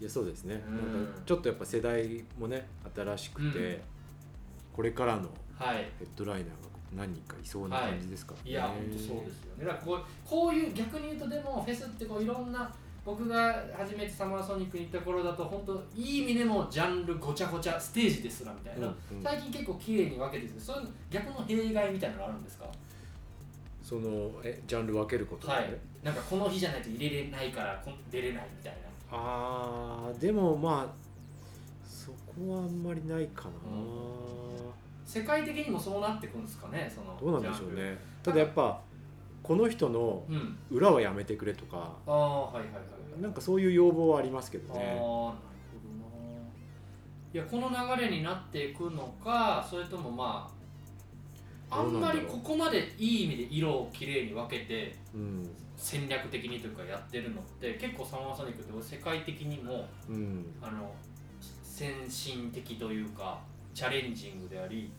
Speaker 3: やそうですね、
Speaker 2: うん
Speaker 3: なんかちょっとやっぱ世代もね新しくて、
Speaker 2: うん
Speaker 3: これからの
Speaker 2: はい
Speaker 3: ヘッドライナーが何人かいそうな感じですからね、
Speaker 2: いや本当そうですよねだからこうこういう逆に言うとでもフェスってこういろんな僕が初めてサマーソニックに行った頃だと本当いい意味でもジャンルごちゃごちゃステージですらみたいな、
Speaker 3: うんうん
Speaker 2: 最近結構綺麗に分けてるんですけどそういう逆の弊害みたいなのあるんですか
Speaker 3: そのえジャンル分けることで、
Speaker 2: はいなんかこの日じゃないと入れれないからこん出れないみたいな
Speaker 3: あーでもまあそこはあんまりないかな、
Speaker 2: 世界的にもそうなってくるんですかねその
Speaker 3: どうなんでしょうねただやっぱこの人の
Speaker 2: ジャンルうん
Speaker 3: 裏はやめてくれとか
Speaker 2: ああはいはいはいはい
Speaker 3: なんかそういう要望はありますけ
Speaker 2: ああー
Speaker 3: ど
Speaker 2: なる
Speaker 3: ね
Speaker 2: ほどないやこの流れになっていくのかそれともまああんまりここまでいい意味で色をきれいに分けて
Speaker 3: うん
Speaker 2: 戦略的にというかやってるのって結構サマーソニックって世界的にも
Speaker 3: うん
Speaker 2: あの先進的というかチャレンジングであり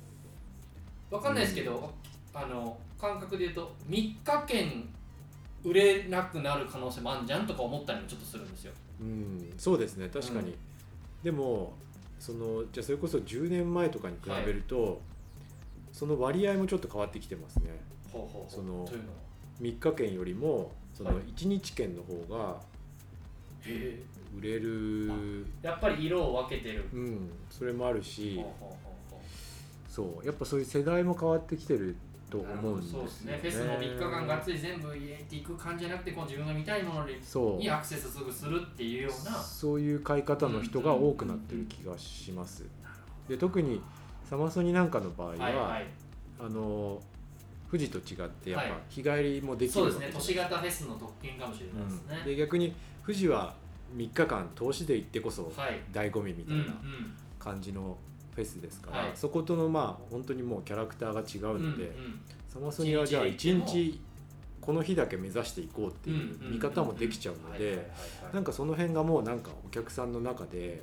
Speaker 2: わかんないですけど、あの感覚で言うと3日間売れなくなる可能性もあんじゃんとか思ったりもちょっとするんですよ。
Speaker 3: うんそうですね確かに、
Speaker 2: う
Speaker 3: でもそのじゃあそれこそ10年前とかに比べると、その割合もちょっと変わってきてますね
Speaker 2: ほうほうほう
Speaker 3: その
Speaker 2: というのは
Speaker 3: 3日券よりもその
Speaker 2: はい
Speaker 3: 1日券の方が
Speaker 2: へ
Speaker 3: 売れる、
Speaker 2: えやっぱり色を分けてる。
Speaker 3: うん、それもあるし
Speaker 2: ほうほうほうほう
Speaker 3: そうやっぱそういう世代も変わってきてると思うんですよ
Speaker 2: そうですねフェスも3日間がっつり全部入れていく感じじゃなくてこう自分が見たいものに
Speaker 3: そう
Speaker 2: にアクセスすぐするっていうような
Speaker 3: そういう買い方の人が多くなってる気がします。で特にサマソニなんかの場合は、
Speaker 2: はいはい
Speaker 3: あの富士と違ってやっ
Speaker 2: はい
Speaker 3: ぱ日帰りもできる
Speaker 2: そう
Speaker 3: わ
Speaker 2: で
Speaker 3: け
Speaker 2: すね
Speaker 3: じゃ
Speaker 2: 都市型
Speaker 3: ない
Speaker 2: フェスの特権かもしれないです
Speaker 3: うん
Speaker 2: ね、
Speaker 3: で逆に富士は3日間投資で行ってこそ
Speaker 2: はい
Speaker 3: 醍醐味み
Speaker 2: う
Speaker 3: た
Speaker 2: ん
Speaker 3: いうなん感じのフェスですから、
Speaker 2: はい
Speaker 3: そことのまあ本当にもうキャラクターが違
Speaker 2: う
Speaker 3: うんので、
Speaker 2: うん
Speaker 3: サマソニはじゃあ
Speaker 2: 一日で
Speaker 3: 1日この日だけ目指していこうっていう見方もできちゃうの
Speaker 2: はいはい
Speaker 3: で
Speaker 2: はいはい
Speaker 3: なんかその辺がもうなんかお客さんの中で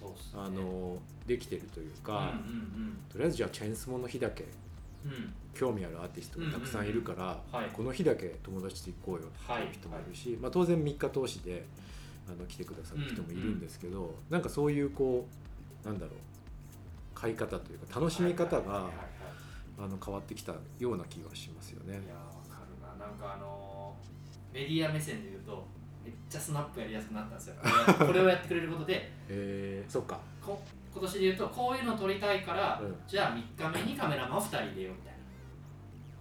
Speaker 2: そうっすね
Speaker 3: あのできてるというか、
Speaker 2: うん
Speaker 3: とりあえずじゃあチェーンスモの日だけ
Speaker 2: うんうんうん
Speaker 3: 興味あるアーティストがたくさんいるから、
Speaker 2: うんはい
Speaker 3: この日だけ友達と行こうよっていう人もいるし、まあ、当然3日通しであの来てくださる人もいるんですけど、なんかそういうこうなんだろう買い方というか楽しみ方
Speaker 2: はいはい
Speaker 3: が
Speaker 2: はいはい
Speaker 3: あの変わってきたような気がしますよね
Speaker 2: い。やーわかるななんかあのーメディア目線で言うとめっちゃスナップやりやすくなったんです
Speaker 3: (laughs)
Speaker 2: よこれをやってくれることで
Speaker 3: えー、そっか
Speaker 2: こ今年で言うとこういうの撮りたいから、
Speaker 3: うん
Speaker 2: じゃあ3日目にカメラマン2人入れようみたいな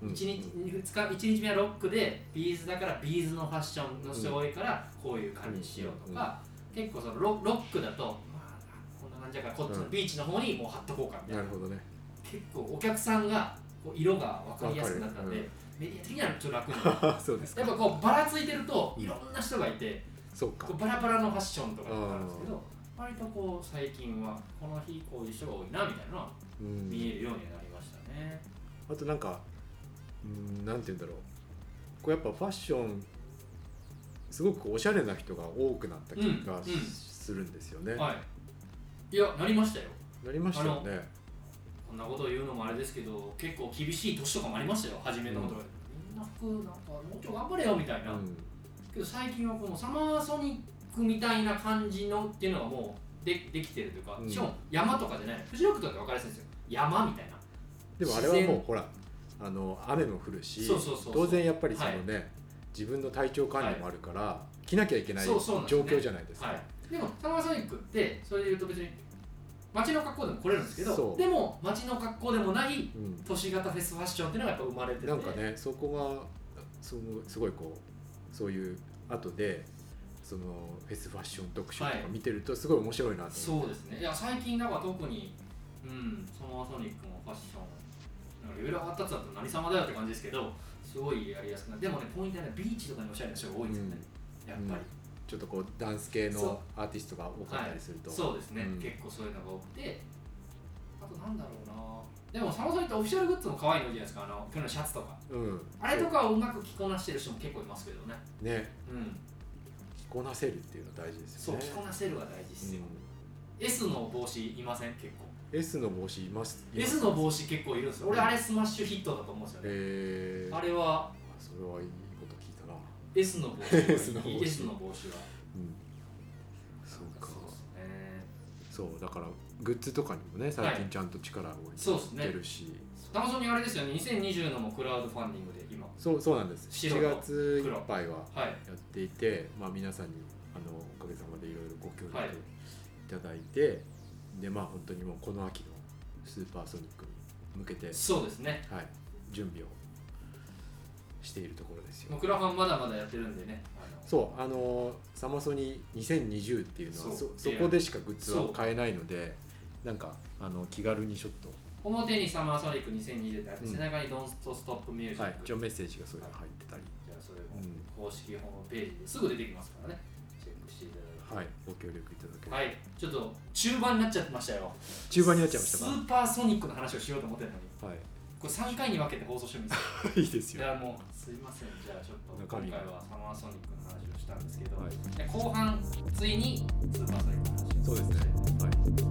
Speaker 3: うん
Speaker 2: 1日 ,2 日 ,1 日目はロックでビーズだからビーズのファッションの人が多いからこういう感じにしようとか、結構そのロロックだと、まあ、こんな感じだからこっちのビーチの方にもう貼っとこうかみたい
Speaker 3: な
Speaker 2: な、
Speaker 3: るほど
Speaker 2: (laughs)
Speaker 3: ね
Speaker 2: 結構お客さんがこう色が分かりやすくなったんで、
Speaker 3: わか
Speaker 2: メディア的にはちょっと楽になった。
Speaker 3: あそうです
Speaker 2: やっぱ
Speaker 3: か
Speaker 2: こうばらついてるといろんな人がいて
Speaker 3: そうか
Speaker 2: こうバラバラのファッションとかがあるんですけど割とこう最近はこの日こういう人が多いなみたいなのは
Speaker 3: う
Speaker 2: 見
Speaker 3: ん
Speaker 2: えるようになりましたね。
Speaker 3: あとなんかうんなんて言うんだろうこうやっぱファッションすごくこうおしゃれな人が多くなった気が
Speaker 2: うんうん
Speaker 3: するんですよね、
Speaker 2: はい、いやなりましたよ
Speaker 3: なりましたよね
Speaker 2: こんなことを言うのもあれですけど結構厳しい年とかもありましたよ初めのことが、みんな服なんかもうちょい頑張れよみたいうな、
Speaker 3: ん
Speaker 2: けど最近はこのサマーソニックみたいな感じのっていうのがもうでできてるというか、
Speaker 3: うん
Speaker 2: しかも山とかじゃないフジロックとかで分かりやすいんですよ山みたいな
Speaker 3: でもあれ
Speaker 2: 自
Speaker 3: は
Speaker 2: 然
Speaker 3: もうほらあの雨も降るし
Speaker 2: そうそうそうそう
Speaker 3: 当然やっぱりそのね、自分の体調管理もあるから、着なきゃいけない
Speaker 2: そ
Speaker 3: 状
Speaker 2: うそうなんですね
Speaker 3: 況じゃないですか
Speaker 2: はい、でもサマーソニックってそれで言うと別に街の格好でも来れるんですけ
Speaker 3: そ
Speaker 2: ど
Speaker 3: う
Speaker 2: でも街の格好でもない
Speaker 3: うん
Speaker 2: 都市型フェスファッションっていうのがやっぱ生まれてて
Speaker 3: なんかねそこがそのすごいこうそういう後でそのフェスファッション特集とか
Speaker 2: はい
Speaker 3: 見てるとすごい面白いなと思
Speaker 2: そうですねいや最近なんか特にうんサマーソニックもファッションなんかいろいろ発達だと何様だよって感じですけどすごいやりやすくなってでもねポイントはねビーチとかにおしゃれな人が多いんですよね、やっぱり、
Speaker 3: ちょっとこうダンス系
Speaker 2: そう
Speaker 3: のアーティストが多かったりすると、
Speaker 2: そうですね、
Speaker 3: うん
Speaker 2: 結構そういうのが多くてあとなんだろうなでもサマーソニックってオフィシャルグッズも可愛いのじゃないですかあの今日のシャツとか
Speaker 3: うん、
Speaker 2: あれとかはうまく着こなしてる人も結構いますけどね
Speaker 3: ね
Speaker 2: うん
Speaker 3: 着こなせるっていうの大事です
Speaker 2: そ
Speaker 3: よ
Speaker 2: う
Speaker 3: ね
Speaker 2: 着こなせるが大事ですよ、S の帽子いません結構
Speaker 3: うん、S の帽子いますいます
Speaker 2: S の帽子結構いるんですよ俺あれスマッシュヒットだと思うんですよね、
Speaker 3: えー、
Speaker 2: あれは
Speaker 3: それはいいこと聞いたな、
Speaker 2: S の帽子
Speaker 3: (laughs) S の帽子
Speaker 2: S の帽子は
Speaker 3: うん、そうか
Speaker 2: そうですね
Speaker 3: そうだからグッズとかにもね最
Speaker 2: は
Speaker 3: 近ちゃんと力を
Speaker 2: そう
Speaker 3: 入
Speaker 2: です
Speaker 3: れ
Speaker 2: ね
Speaker 3: てるし、
Speaker 2: ダマソニあれですよね2020のもクラウドファンディングで今
Speaker 3: そうそうなんです
Speaker 2: 白
Speaker 3: 7
Speaker 2: と
Speaker 3: 月いっぱいは
Speaker 2: はい
Speaker 3: やっていて、まあ、皆さんにあのおかげさまでいろいろご協
Speaker 2: はい
Speaker 3: 力いただいて、でまあ本当にもうこの秋のスーパーソニックに向けて、
Speaker 2: そうですね
Speaker 3: はい、準備をしているところですよ
Speaker 2: もうクラファンまだまだやってるんでねあの
Speaker 3: そうあのサマソニ2020っていうのは
Speaker 2: そ
Speaker 3: そうそこでしかグッズは買えないのでなんかあの気軽にちょっと、
Speaker 2: 表にサマーソニック2020ってあって
Speaker 3: うん
Speaker 2: 背中にドンストストップミュージ
Speaker 3: は
Speaker 2: ッ
Speaker 3: い、
Speaker 2: ク
Speaker 3: 一応メッセージがそういうの入ってたり、
Speaker 2: じゃあそれも
Speaker 3: うん
Speaker 2: 公式ホームページですぐ出てきますからねチェックしていただいて
Speaker 3: はい、ご協力いただければ、
Speaker 2: はいちょっと中盤になっちゃってましたよ
Speaker 3: 中盤になっちゃいまし
Speaker 2: ス
Speaker 3: たか
Speaker 2: ーパーソニックの話をしようと思ってたのに
Speaker 3: は
Speaker 2: これ3回に分けて放送してるんですよ
Speaker 3: い、 (laughs) いいです
Speaker 2: い
Speaker 3: よ、
Speaker 2: やもうすいませんじゃあちょっと今
Speaker 3: 中身
Speaker 2: 回はサマーソニックの話をしたんですけど、
Speaker 3: はい
Speaker 2: 後半ついにスーパーソニックの話を
Speaker 3: そうですねはい